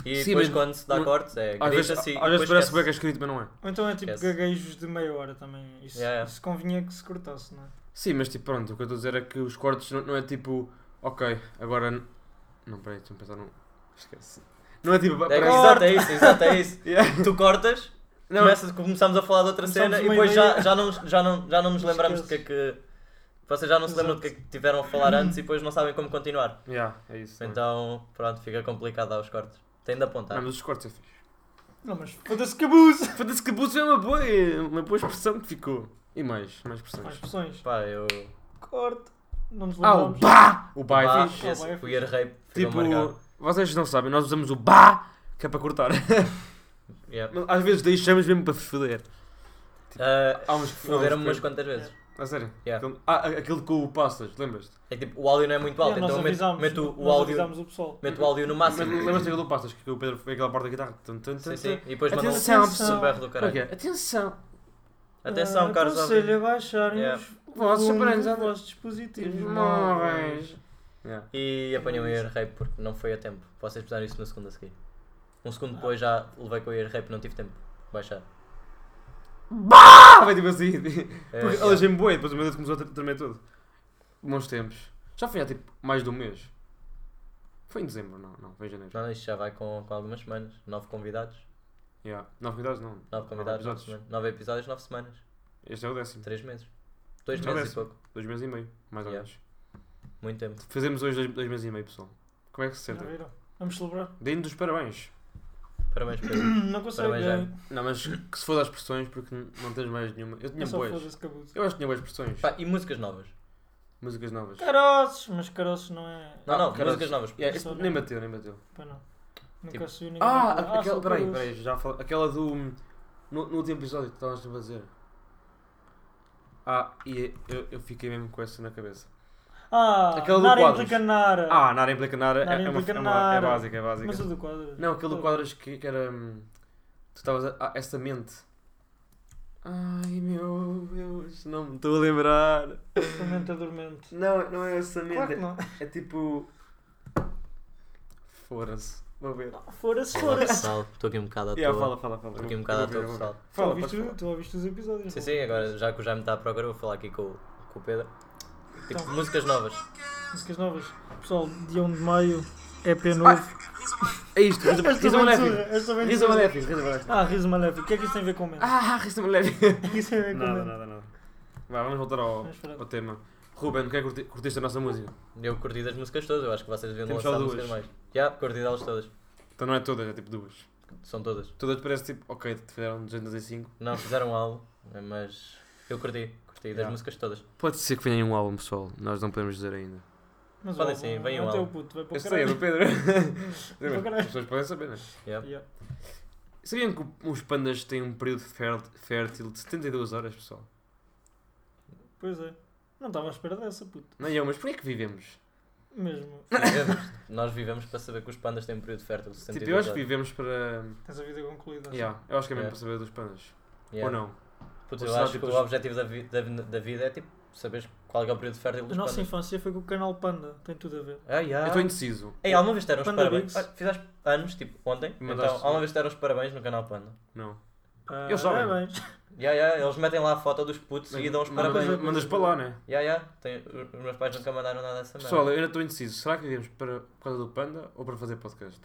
Speaker 3: E
Speaker 2: Sim,
Speaker 3: depois
Speaker 2: mas-
Speaker 3: quando se dá
Speaker 2: mas-
Speaker 3: cortes é
Speaker 2: Às vezes,
Speaker 3: grita-se e
Speaker 2: às vezes
Speaker 3: depois
Speaker 2: parece bem que é
Speaker 3: esquece.
Speaker 2: esquece. escrito, mas não é.
Speaker 1: Ou então é tipo
Speaker 3: Esquece.
Speaker 1: gaguejos de meia hora também. Isso,
Speaker 3: Yeah, yeah.
Speaker 1: isso convinha que se cortasse, não é?
Speaker 2: Sim, mas tipo, pronto, o que eu estou a dizer é que os cortes não, não é tipo, ok, agora. n- Não, peraí, deixa-me pensar, não. Esquece. Não é tipo,
Speaker 3: É,
Speaker 2: parece-
Speaker 3: exato, é isso, exato, é isso.
Speaker 2: Yeah.
Speaker 3: Tu cortas,
Speaker 2: Não,
Speaker 3: começa- começamos a falar de outra
Speaker 1: Começamos
Speaker 3: cena e
Speaker 1: uma
Speaker 3: depois já,
Speaker 1: ideia.
Speaker 3: já, não, já, não, já não nos lembramos do que é
Speaker 1: Esquece.
Speaker 3: que. Vocês já não se lembram do que é que tiveram a falar antes e depois não sabem como continuar.
Speaker 2: yeah, é isso. não é?
Speaker 3: Então, pronto, fica complicado aos cortes. Tem de apontar.
Speaker 2: Não, mas os cortes é fixe.
Speaker 1: Não, mas foda-se cabuz!
Speaker 2: Foda-se que Búzios é uma boa, é uma boa expressão que ficou. E mais, mais
Speaker 1: Mais
Speaker 2: expressões.
Speaker 1: expressões.
Speaker 3: Pá, eu.
Speaker 1: Corte. Não nos
Speaker 2: Ah, o
Speaker 1: lembramos.
Speaker 2: BÁ! O BÁ
Speaker 3: Pá,
Speaker 2: é fixe.
Speaker 3: esse-
Speaker 1: Ah, vai, é
Speaker 3: o Year Rape
Speaker 2: Tipo,
Speaker 3: ficou marcado.
Speaker 2: vocês não sabem, nós usamos o BÁ que é para cortar.
Speaker 3: Yeah.
Speaker 2: Mas Às vezes deixamos mesmo para foder.
Speaker 3: Ah,
Speaker 2: tipo, Há uns que
Speaker 3: Foderam-me umas quantas vezes.
Speaker 2: A sério?
Speaker 3: Yeah.
Speaker 2: Aquele, ah, aquele com o Pastas, lembras-te?
Speaker 3: É que, tipo, o áudio não é muito alto,
Speaker 1: Yeah, nós
Speaker 3: então eu meto,
Speaker 1: avisámos-
Speaker 3: meto o
Speaker 1: nós
Speaker 3: áudio,
Speaker 1: avisámos o pessoal.
Speaker 3: meto o áudio no
Speaker 2: Mas
Speaker 3: máximo.
Speaker 2: lembras-te daquele do Pastas que o Pedro foi aquela parte da guitarra? Tum, tum, tum,
Speaker 3: Sim,
Speaker 2: tum.
Speaker 3: sim. E depois mandam
Speaker 2: Atenção,
Speaker 3: um
Speaker 1: pessoal.
Speaker 3: berro do caralho.
Speaker 2: Ok, é? Ah, Atenção!
Speaker 1: Ah,
Speaker 3: Atenção, caros
Speaker 1: Aconselho
Speaker 3: ouvintes.
Speaker 1: a baixarem
Speaker 3: Yeah.
Speaker 1: os
Speaker 2: Vossos
Speaker 1: volumes
Speaker 2: aparelhos,
Speaker 1: dos
Speaker 2: anda-
Speaker 1: vossos dispositivos
Speaker 2: Móveis. Yeah.
Speaker 3: E apanhei o Year Rape porque não foi a tempo. Vocês precisaram isso no segundo a seguir. Um segundo depois já levei com o Year Rape, não tive tempo. de Baixar.
Speaker 2: Ah, vai tipo assim.
Speaker 3: É,
Speaker 2: Porque
Speaker 3: yeah.
Speaker 2: ela me boa e depois o meu dedo começou a tre- tremer todo. Bons tempos. Já foi há tipo mais de um mês. Foi em dezembro, não, não, foi em janeiro.
Speaker 3: Não, isto já vai com, com algumas semanas. Nove convidados.
Speaker 2: Yeah. Nove convidados, não.
Speaker 3: Nove convidados, nove,
Speaker 2: episódios.
Speaker 3: semanas. Nove episódios, nove semanas.
Speaker 2: Este é o décimo.
Speaker 3: Três meses. Dois
Speaker 2: Já
Speaker 3: meses e
Speaker 2: desce.
Speaker 3: pouco.
Speaker 2: Dois meses e meio, mais ou
Speaker 3: Yeah.
Speaker 2: menos.
Speaker 3: Muito tempo.
Speaker 2: Fazemos hoje dois, dois meses e meio, pessoal. Como é que se
Speaker 1: Já
Speaker 2: sentem?
Speaker 1: viram? Vamos celebrar.
Speaker 2: Deem-nos os parabéns.
Speaker 3: Parabéns, Pedro.
Speaker 1: Não consegue.
Speaker 3: Parabéns, Jaime.
Speaker 1: é.
Speaker 2: Não, mas que se for das pressões, porque n- não tens mais nenhuma. Eu tinha
Speaker 1: Só
Speaker 2: boas.
Speaker 1: foda-se cabuz.
Speaker 2: Eu acho que tinha boas pressões.
Speaker 3: Pá, e músicas novas?
Speaker 2: Músicas novas.
Speaker 1: Caroços, mas caroços não é.
Speaker 3: Não, não,
Speaker 2: caralho.
Speaker 3: músicas novas.
Speaker 2: Yeah,
Speaker 1: Só
Speaker 2: esse
Speaker 1: não.
Speaker 2: nem bateu, nem bateu.
Speaker 1: Pá, não.
Speaker 2: Tipo-
Speaker 1: Nunca saiu ninguém.
Speaker 2: Ah,
Speaker 1: só
Speaker 2: aquela. Peraí,
Speaker 1: cabuz.
Speaker 2: peraí, já falo. Aquela do. No, no último episódio que estavas a fazer. Ah, e eu, eu fiquei mesmo com essa na cabeça.
Speaker 1: Ah,
Speaker 2: Aquela do
Speaker 1: Nara
Speaker 2: Quadros.
Speaker 1: implica Nara.
Speaker 2: Ah, Nara implica Nara,
Speaker 1: Nara
Speaker 2: é, é, uma,
Speaker 1: implica
Speaker 2: é, uma, é
Speaker 1: Nara.
Speaker 2: básica, é básica.
Speaker 1: Mas o do quadro.
Speaker 2: Não, aquele do quadros que, que era. hum, Tu estavas a. Ah, essa mente. Ai meu Deus, não me estou a lembrar.
Speaker 1: Extremamente adormente.
Speaker 2: Não, não é essa
Speaker 1: Claro
Speaker 2: mente.
Speaker 1: que não.
Speaker 2: é, é tipo. Fora-se. Vou ver.
Speaker 1: Não, Fora-se,
Speaker 3: Olá,
Speaker 1: fora-se.
Speaker 3: pessoal. Estou aqui um bocado à toa.
Speaker 2: Yeah, fala, fala, fala.
Speaker 3: Estou aqui
Speaker 2: Eu-
Speaker 3: um bocado
Speaker 2: eu
Speaker 3: à
Speaker 2: vou
Speaker 3: toa,
Speaker 2: ver, eu vou
Speaker 3: pessoal.
Speaker 2: ver.
Speaker 1: Tu
Speaker 2: Fala, pode
Speaker 1: ouviste,
Speaker 2: falar.
Speaker 1: tu ouviste os episódios?
Speaker 3: Sim, sim, agora já que o Jaime está à procura, vou falar aqui com, o- com o Pedro. Tipo,
Speaker 1: Então.
Speaker 3: músicas novas.
Speaker 1: Músicas novas. Pessoal, dia 1 de maio, EP novo.
Speaker 2: É isto, Risa Risa Maléfica.
Speaker 1: Esta bem
Speaker 2: Risa Maléfica, Risa Maléfica.
Speaker 1: Ah, riso maléfico. O que é que isso tem a ver com o mente?
Speaker 2: Ah, Risa Maléfica.
Speaker 1: O que isso tem a ver com o
Speaker 2: Nada,
Speaker 1: mente?
Speaker 2: nada, nada. Vai, vamos voltar ao,
Speaker 1: Vamos parar.
Speaker 2: ao tema. Ruben, quer curtir, curtiste a nossa música?
Speaker 3: Eu curti das músicas todas, eu acho que vocês deviam
Speaker 2: Temos
Speaker 3: lançar
Speaker 2: só duas.
Speaker 3: músicas mais. Já, curti delas todas.
Speaker 2: Então não é todas, é tipo duas.
Speaker 3: São todas.
Speaker 2: Todas parece tipo, ok, te fizeram 205.
Speaker 3: Não fizeram um álbum, mas eu curti. Curti das
Speaker 2: Yeah.
Speaker 3: músicas todas.
Speaker 2: Pode ser que venha um álbum, pessoal. Nós não podemos dizer ainda.
Speaker 1: Mas
Speaker 3: Podem
Speaker 1: o-
Speaker 3: sim, venham
Speaker 1: o
Speaker 3: lá.
Speaker 1: teu puto, vai para o
Speaker 2: Eu sei, é do
Speaker 1: caralho.
Speaker 2: Pedro.
Speaker 1: Para o
Speaker 2: As
Speaker 1: caralho.
Speaker 2: pessoas podem saber, né?
Speaker 3: Yeah.
Speaker 1: Yeah.
Speaker 2: Sabiam que os pandas têm um período fér- fértil de 72 horas, pessoal?
Speaker 1: Pois é. Não estava à espera dessa, puto.
Speaker 2: Não, eu, mas porquê é que vivemos?
Speaker 1: Mesmo.
Speaker 3: Vivemos- nós vivemos para saber que os pandas têm um período fértil de
Speaker 2: Tipo, eu acho que
Speaker 3: 72
Speaker 2: vivemos para.
Speaker 1: Tens a vida concluída.
Speaker 2: Yeah, eu acho que é mesmo
Speaker 3: Yeah.
Speaker 2: para saber dos pandas.
Speaker 3: horas. Yeah.
Speaker 2: Ou não?
Speaker 3: Putz,
Speaker 2: Ou
Speaker 3: eu
Speaker 2: será,
Speaker 3: acho que
Speaker 2: tipo, os-
Speaker 3: o objetivo da, vi- da, vi- da vida é tipo saberes qual é o período fértil
Speaker 1: A
Speaker 3: dos
Speaker 1: nossa
Speaker 3: pandas.
Speaker 1: infância foi com o canal Panda, tem tudo a ver.
Speaker 3: Ah, yeah.
Speaker 2: Eu estou indeciso.
Speaker 3: Ei, alguma vez deram os
Speaker 1: Panda
Speaker 3: parabéns?
Speaker 1: Bigs.
Speaker 3: Olha, Fizeste anos, tipo, ontem. Então,
Speaker 2: Mandaste- um-
Speaker 3: alguma vez deram os parabéns no canal Panda?
Speaker 2: Não.
Speaker 1: Ah,
Speaker 2: Eles sabem.
Speaker 1: parabéns.
Speaker 3: Ya, ya, eles metem lá a foto dos putos e dão os
Speaker 2: Manda-
Speaker 3: parabéns.
Speaker 1: mas-
Speaker 2: Mandas para lá, né?
Speaker 3: Ya, ya, tem- os meus pais nunca mandaram nada dessa merda.
Speaker 2: Pessoal, eu ainda estou indeciso. Será que vivemos para, por causa do panda ou para fazer podcast?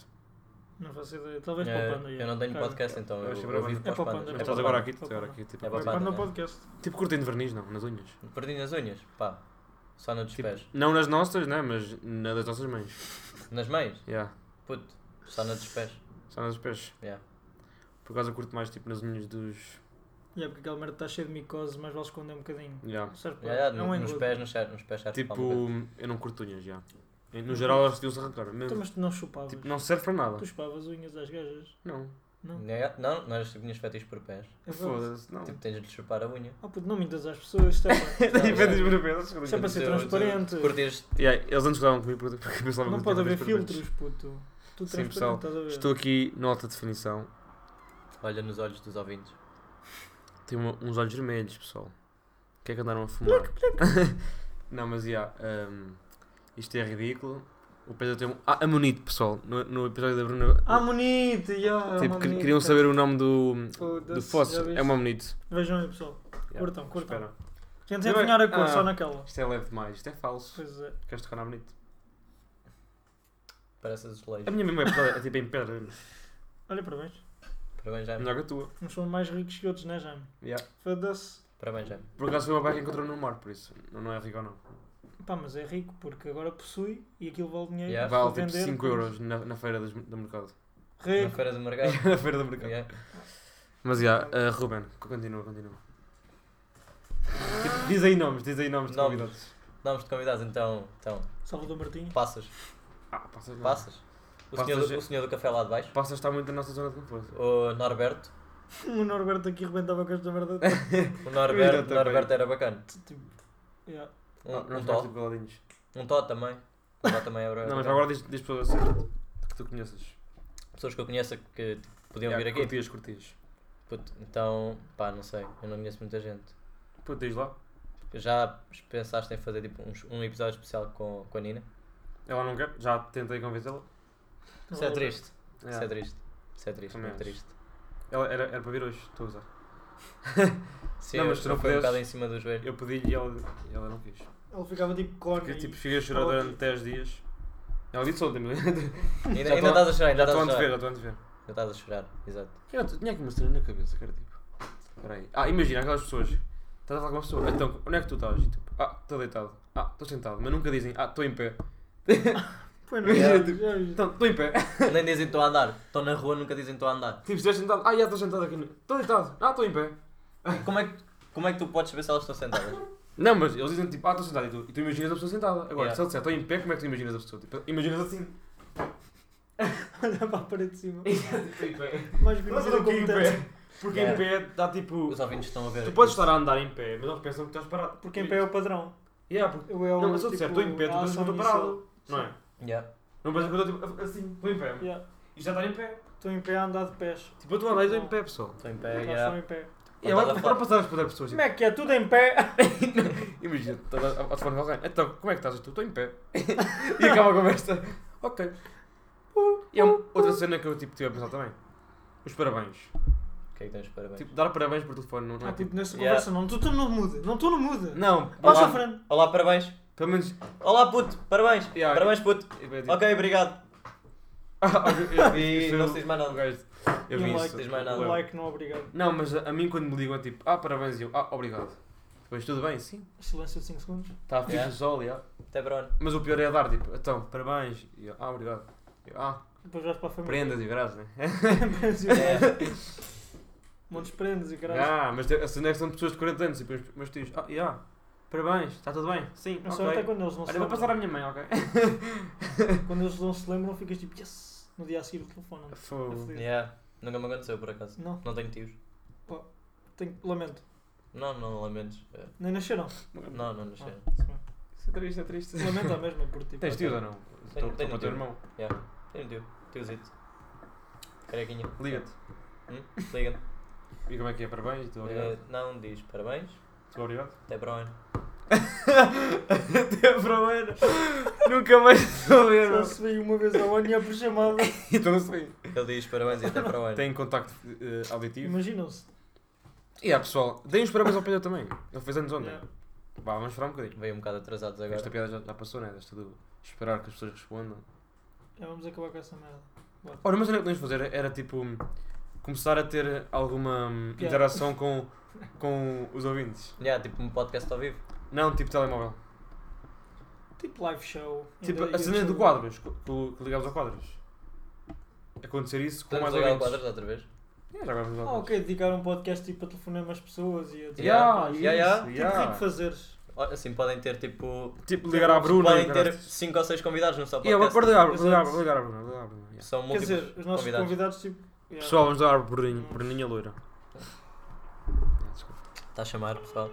Speaker 1: Não faço ideia. Talvez
Speaker 3: Ya,
Speaker 1: para o
Speaker 3: É, Eh, eu,
Speaker 1: Panda. ya.
Speaker 3: não tenho
Speaker 1: Cara,
Speaker 3: podcast, então
Speaker 2: Eu
Speaker 3: eu,
Speaker 2: acho que
Speaker 3: eu
Speaker 2: para
Speaker 3: vivo
Speaker 1: É
Speaker 3: para os
Speaker 1: para o
Speaker 3: pandas.
Speaker 1: Panda,
Speaker 2: Mas
Speaker 1: é
Speaker 2: estás
Speaker 1: para
Speaker 2: Então, agora
Speaker 1: o
Speaker 2: aqui,
Speaker 1: panda.
Speaker 2: agora aqui, tipo,
Speaker 3: É para o
Speaker 1: Panda
Speaker 3: né?
Speaker 1: podcast.
Speaker 2: tipo curtem de verniz, não, nas unhas.
Speaker 3: Perdi nas unhas, pá. Só no dos
Speaker 2: Tipo,
Speaker 3: pés.
Speaker 2: não nas nossas, né, mas na das nossas mães.
Speaker 3: Nas mães?
Speaker 2: Yeah,
Speaker 3: Puto, só no dos pés.
Speaker 2: só nas dos pés.
Speaker 3: Ya.
Speaker 2: Por acaso eu curto mais, tipo, nas unhas dos...
Speaker 1: Ya, porque aquela merda está cheia de micose, mas vale esconder um bocadinho.
Speaker 2: Yeah.
Speaker 1: Serve
Speaker 3: Ya,
Speaker 1: para.
Speaker 3: ya,
Speaker 1: não
Speaker 3: no-
Speaker 1: é
Speaker 3: nos
Speaker 1: engodo.
Speaker 3: pés, nos pés, nos pés serve para
Speaker 2: Tipo,
Speaker 3: alguma
Speaker 2: eu não curto unhas, já. No geral elas deviam-se arrancar,
Speaker 1: Então,
Speaker 2: mesmo.
Speaker 1: mas tu não chupavas.
Speaker 2: Tipo, não serve para nada.
Speaker 1: Tu chupavas unhas às gajas.
Speaker 2: Não.
Speaker 1: Não.
Speaker 3: coisa. Ya, ya, Não, não eras unhas fetiches por pés.
Speaker 1: É verdade.
Speaker 2: Foda-se, não.
Speaker 3: Tipo, tens de lhe chupar a unha.
Speaker 1: Ah, puto, não mintas às pessoas. Isto é pá.
Speaker 2: Tem
Speaker 3: yeah.
Speaker 2: fetiches europeus, acho que eu
Speaker 1: Isso é
Speaker 2: não
Speaker 1: para
Speaker 2: curto.
Speaker 1: ser
Speaker 3: Tu- tu-
Speaker 1: transparente.
Speaker 3: Curtires.
Speaker 2: Yeah, Eles antes gostavam comigo porque porque pensavam que
Speaker 1: Não
Speaker 2: eu
Speaker 1: pode
Speaker 2: tinha
Speaker 1: haver
Speaker 2: fetiches europeus.
Speaker 1: filtros, puto. Tu
Speaker 2: tipo Sim, pessoal,
Speaker 1: transparente, estás a ver?
Speaker 2: Estou aqui, nota de definição.
Speaker 3: Olha nos olhos dos ouvintes.
Speaker 2: Tem uma- uns olhos vermelhos, pessoal. O que é que andaram a fumar? não, mas já. hum, isto é ridículo. O Pedro tem um. Ah, Amonite, pessoal. No, no episódio da Bruna.
Speaker 1: Ah, é Monite! ya,
Speaker 2: tipo, que-
Speaker 1: Monite.
Speaker 2: queriam saber o nome do,
Speaker 1: Foda-se,
Speaker 2: do
Speaker 1: já
Speaker 2: fóssil.
Speaker 1: viste?
Speaker 2: É uma Amonite.
Speaker 1: Vejam aí, pessoal.
Speaker 2: Yeah,
Speaker 1: Curtam, curtam.
Speaker 2: Espera.
Speaker 1: Gente, sem apanhar a cor,
Speaker 2: Ah.
Speaker 1: só naquela.
Speaker 2: Isto é leve demais. Isto é falso.
Speaker 1: Pois é.
Speaker 2: Queres tocar na Amonite?
Speaker 3: Parece os
Speaker 2: A
Speaker 3: leis.
Speaker 2: minha mesma é, pedra- é tipo em pedra. mesmo.
Speaker 1: Olha, parabéns.
Speaker 3: Parabéns, Jaime.
Speaker 2: Melhor que a tua.
Speaker 1: Uns são mais ricos que outros, né, Jaime?
Speaker 2: Yeah.
Speaker 1: Foda-se.
Speaker 3: Parabéns, Jaime.
Speaker 2: Por acaso foi o meu pai que encontrou no mar, por isso. Não, não é rico ou não.
Speaker 1: Pá, mas é rico porque agora possui e aquilo vale dinheiro.
Speaker 3: Yeah.
Speaker 2: Vale
Speaker 1: Vou
Speaker 2: tipo
Speaker 1: É, vender,
Speaker 2: 5
Speaker 1: pois.
Speaker 2: euros na, na feira das- do mercado.
Speaker 3: Na
Speaker 2: Rico.
Speaker 3: feira do mercado.
Speaker 2: Na feira do mercado.
Speaker 3: Yeah.
Speaker 2: Mas já, eh, Ruben, co- continua, continua. Tipo, Diz aí nomes, diz aí nomes de
Speaker 3: Nomes.
Speaker 2: convidados.
Speaker 3: Nomes de convidados, então, então
Speaker 1: Salvador Martinho.
Speaker 3: passas,
Speaker 2: Ah, passas lá.
Speaker 3: passas. O,
Speaker 2: Passas
Speaker 3: senhor, do-
Speaker 2: é-
Speaker 3: o senhor do café lá de baixo,
Speaker 2: Passas está muito na nossa zona de conforto.
Speaker 3: o Norberto.
Speaker 1: O Norberto aqui rebentava com esta merda.
Speaker 3: O
Speaker 2: Cuida
Speaker 3: Norberto,
Speaker 2: também.
Speaker 3: Norberto era bacana.
Speaker 1: tipo, yeah.
Speaker 3: Um,
Speaker 2: Ah,
Speaker 3: um
Speaker 2: nós
Speaker 3: Tó,
Speaker 2: de coladinhos.
Speaker 3: um Tó também. Um Tó também era
Speaker 2: Não, mas
Speaker 3: bacana.
Speaker 2: agora diz, diz pessoas assim, que tu conheças.
Speaker 3: Pessoas que eu conheço que tipo, podiam
Speaker 2: Já,
Speaker 3: vir aqui.
Speaker 2: Curtias, curtias.
Speaker 3: Puto, então, pá, não sei, eu não conheço muita gente.
Speaker 2: Pô, diz lá.
Speaker 3: Já pensaste em fazer tipo, uns- um episódio especial com, com a Nina?
Speaker 2: Ela não quer, já tentei convencê-la.
Speaker 3: Isso é triste.
Speaker 2: É.
Speaker 3: Isso é triste. Isso é triste,
Speaker 2: Também
Speaker 3: muito
Speaker 2: acho.
Speaker 3: triste.
Speaker 2: Ela era, era para vir hoje, estou a usar.
Speaker 3: Sim,
Speaker 2: Não,
Speaker 3: eu-
Speaker 2: mas tu não
Speaker 3: eu fui um
Speaker 2: podes-
Speaker 3: bocado em cima do joelho.
Speaker 2: Eu pedi e ela, e ela não quis.
Speaker 1: Ele ficava tipo corno.
Speaker 2: Porque
Speaker 1: e-
Speaker 2: tipo, cheguei a chorar
Speaker 1: Ok.
Speaker 2: durante 10 dias. Ela disse ontem, mas
Speaker 3: Ainda,
Speaker 2: Já
Speaker 3: ainda
Speaker 2: tô-
Speaker 3: estás a chorar, ainda
Speaker 2: já
Speaker 3: estás
Speaker 2: estou
Speaker 3: a
Speaker 2: a antever,
Speaker 3: chorar.
Speaker 2: já estou a antever.
Speaker 3: Ainda estás a chorar, exato.
Speaker 2: Eu tinha aqui uma cena na cabeça, cara, tipo. Peraí. Ah, imagina aquelas pessoas. Estás a falar com uma pessoa. Então, onde é que tu estás? E, tipo, ah, estou deitado. Ah, estou sentado. Mas nunca dizem, ah, estou em pé.
Speaker 1: Foi no
Speaker 2: Imagina,
Speaker 1: yeah.
Speaker 2: tipo, Então, estou em pé.
Speaker 3: Nem dizem estou a andar. Estou na rua, nunca dizem estou a andar.
Speaker 2: Tipo, se és sentado, ah, já estou sentado aqui. no- Estou deitado. Ah, estou em pé.
Speaker 3: E Como é que, como é que tu podes saber se elas estão sentadas?
Speaker 2: Não, mas eles dizem tipo, ah, estou sentado e tu, e tu imaginas a pessoa sentada. Agora,
Speaker 3: Yeah.
Speaker 2: se ela disser, estou em pé, como é que tu imaginas a pessoa? Tipo, imaginas assim.
Speaker 1: Olha para a parede de cima.
Speaker 2: Estou em pé.
Speaker 1: Mais
Speaker 2: Mas
Speaker 1: conhecido
Speaker 2: eu
Speaker 1: como
Speaker 2: em
Speaker 1: teto.
Speaker 2: pé. Porque
Speaker 3: Yeah.
Speaker 2: em pé está tipo.
Speaker 3: Os ouvintes estão a ver.
Speaker 2: Tu podes estar a andar em pé, mas eles pensam que estás parado.
Speaker 1: Porque em pé é o padrão.
Speaker 2: Yeah, porque...
Speaker 1: Eu é o,
Speaker 2: Não, mas se eu disser,
Speaker 1: tipo,
Speaker 2: estou em pé, tu
Speaker 1: a
Speaker 2: pensas que eu
Speaker 1: ação
Speaker 2: estou parado. Não é?
Speaker 3: Yeah.
Speaker 2: Não pensas que eu estou tipo, assim, estou em pé.
Speaker 1: inicial. Yeah.
Speaker 2: E já está em pé.
Speaker 1: Estou em pé a andar de pés.
Speaker 2: Tipo, eu estou a andar e estou em pé, pessoal.
Speaker 3: Estou em
Speaker 1: Nós
Speaker 3: pé,
Speaker 1: estamos
Speaker 3: yeah.
Speaker 1: em pé.
Speaker 2: E agora
Speaker 3: Estás a
Speaker 2: agora
Speaker 3: falar-
Speaker 2: passamos para outra pessoa.
Speaker 1: Como é que é? Tudo em pé.
Speaker 2: Imagina, estás ao ao telefone com alguém. Então, como é que estás? E tu, estou em pé. e acaba a conversa. Ok. E é uma- outra cena que eu tipo, tive a pensar também. Os parabéns.
Speaker 3: O que é que tens para
Speaker 2: Tipo, dar parabéns por telefone não, não é
Speaker 1: Ah, tipo,
Speaker 2: tipo...
Speaker 1: nesta
Speaker 3: Yeah.
Speaker 1: conversa não. Tu tu não muda. Não, tu não muda.
Speaker 2: Não,
Speaker 1: Passa à
Speaker 2: olá,
Speaker 1: frente.
Speaker 3: Olá, parabéns.
Speaker 2: pelo menos... tipo,
Speaker 3: Olá, puto. Parabéns.
Speaker 2: Yeah.
Speaker 3: Parabéns, puto. Ok, obrigado. E não se diz mais nada.
Speaker 2: Eu
Speaker 1: E
Speaker 2: vi
Speaker 1: um
Speaker 2: isso.
Speaker 1: like,
Speaker 3: diz mais nada.
Speaker 2: Eu-
Speaker 1: Um like, não obrigado.
Speaker 2: Não, mas a, a mim quando me ligam é tipo, ah, parabéns, e eu, ah, obrigado. Depois, tudo bem, sim.
Speaker 1: Silêncio de 5 segundos.
Speaker 2: Está fixe
Speaker 3: Yeah.
Speaker 2: o sol, yeah.
Speaker 3: Até para o ano.
Speaker 2: Mas o pior é dar, tipo, então, parabéns, e eu, ah, obrigado. E eu, ah,
Speaker 1: Depois vais para a família.
Speaker 2: prendas e graças, né?
Speaker 1: Prendas.
Speaker 3: É.
Speaker 1: Montes de prendas e caralho.
Speaker 2: Ah, mas a cena é que são pessoas de 40 anos e depois meus tios, ah, yeah, parabéns, está tudo bem? Sim,
Speaker 1: Não sei até
Speaker 2: ok.
Speaker 1: quando eles não se
Speaker 2: Olha, vou passar à
Speaker 1: lembram.
Speaker 2: minha mãe, ok?
Speaker 1: Quando eles não se lembram, ficas tipo, yes! No dia a seguir o telefone.
Speaker 2: Fogo.
Speaker 3: Yeah. Nunca me aconteceu, por acaso.
Speaker 1: Não,
Speaker 3: Não tenho tios.
Speaker 1: tenho, lamento.
Speaker 3: Não, não lamentes. É.
Speaker 1: Nem nasceram.
Speaker 3: Não, não nasceram.
Speaker 2: Isso é triste, é triste.
Speaker 1: Lamento a mesma tipo, por ti.
Speaker 2: Tens
Speaker 3: Ok.
Speaker 2: tios ou não?
Speaker 3: Tenho-
Speaker 2: Estou
Speaker 3: tenho
Speaker 2: para o teu
Speaker 3: tio.
Speaker 2: irmão.
Speaker 3: Tenho um tio. Tiozito. Carequinha.
Speaker 2: Liga-te.
Speaker 3: Hum? Liga-me.
Speaker 2: E como é que é? Parabéns, tu
Speaker 3: Eh,
Speaker 2: obrigado.
Speaker 3: não diz parabéns.
Speaker 2: Tu obrigado.
Speaker 3: Até para o ano.
Speaker 2: Até para o ano. Nunca mais saber.
Speaker 1: Só se veio uma vez ao ano e é por chamada.
Speaker 2: Então não sei.
Speaker 3: Ele diz parabéns e até para o ano.
Speaker 2: Tem contacto eh, auditivo.
Speaker 1: Imaginam-se.
Speaker 2: E yeah, pessoal, deem os parabéns ao Pedro também. Ele fez anos ontem.
Speaker 1: Yeah.
Speaker 2: Vá, vamos esperar um bocadinho.
Speaker 3: Veio um bocado atrasados agora.
Speaker 2: Esta piada já, já passou, né? Desta do esperar que as pessoas respondam.
Speaker 1: Já vamos acabar com essa merda. Bora.
Speaker 2: Ora, mas o que podemos fazer era tipo começar a ter alguma hum,
Speaker 1: Piada.
Speaker 2: interação com, com os ouvintes.
Speaker 3: Yeah, tipo um podcast ao vivo.
Speaker 2: Não, tipo telemóvel.
Speaker 1: Tipo live show.
Speaker 2: Tipo
Speaker 1: Ainda
Speaker 2: a cena
Speaker 1: íamos
Speaker 2: do quadros, que, que- que ligámos ao quadros. Acontecer isso com
Speaker 3: Podemos
Speaker 2: mais
Speaker 3: ligar o
Speaker 2: ouvintes.
Speaker 3: quadro outra vez.
Speaker 2: Yeah, já agora vamos ao
Speaker 1: Ah,
Speaker 2: quadros.
Speaker 1: ok, dedicar um podcast tipo a telefonar umas pessoas e a dizer.
Speaker 2: Yeah,
Speaker 3: Yeah, yeah,
Speaker 2: isso,
Speaker 1: Tipo,
Speaker 2: yeah.
Speaker 1: rico fazeres.
Speaker 3: Ó, Assim podem ter tipo.
Speaker 2: Tipo, ligar à Bruna.
Speaker 3: podem
Speaker 2: e
Speaker 3: ter
Speaker 2: caraças.
Speaker 3: 5 ou 6 convidados no só
Speaker 2: Yeah, vou-
Speaker 3: podcast.
Speaker 2: vou ligar à
Speaker 1: Exato.
Speaker 2: Bruna, ligar à Bruna, ligar à Bruna, ligar à Bruna, yeah.
Speaker 3: São
Speaker 1: Quer
Speaker 3: múltiplos
Speaker 1: dizer, os nossos
Speaker 3: convidados.
Speaker 1: convidados, tipo. yeah.
Speaker 2: Pessoal, vamos dar a Bruninha, Bruninha loira. Yeah, desculpa.
Speaker 3: Está Tá a chamar, pessoal.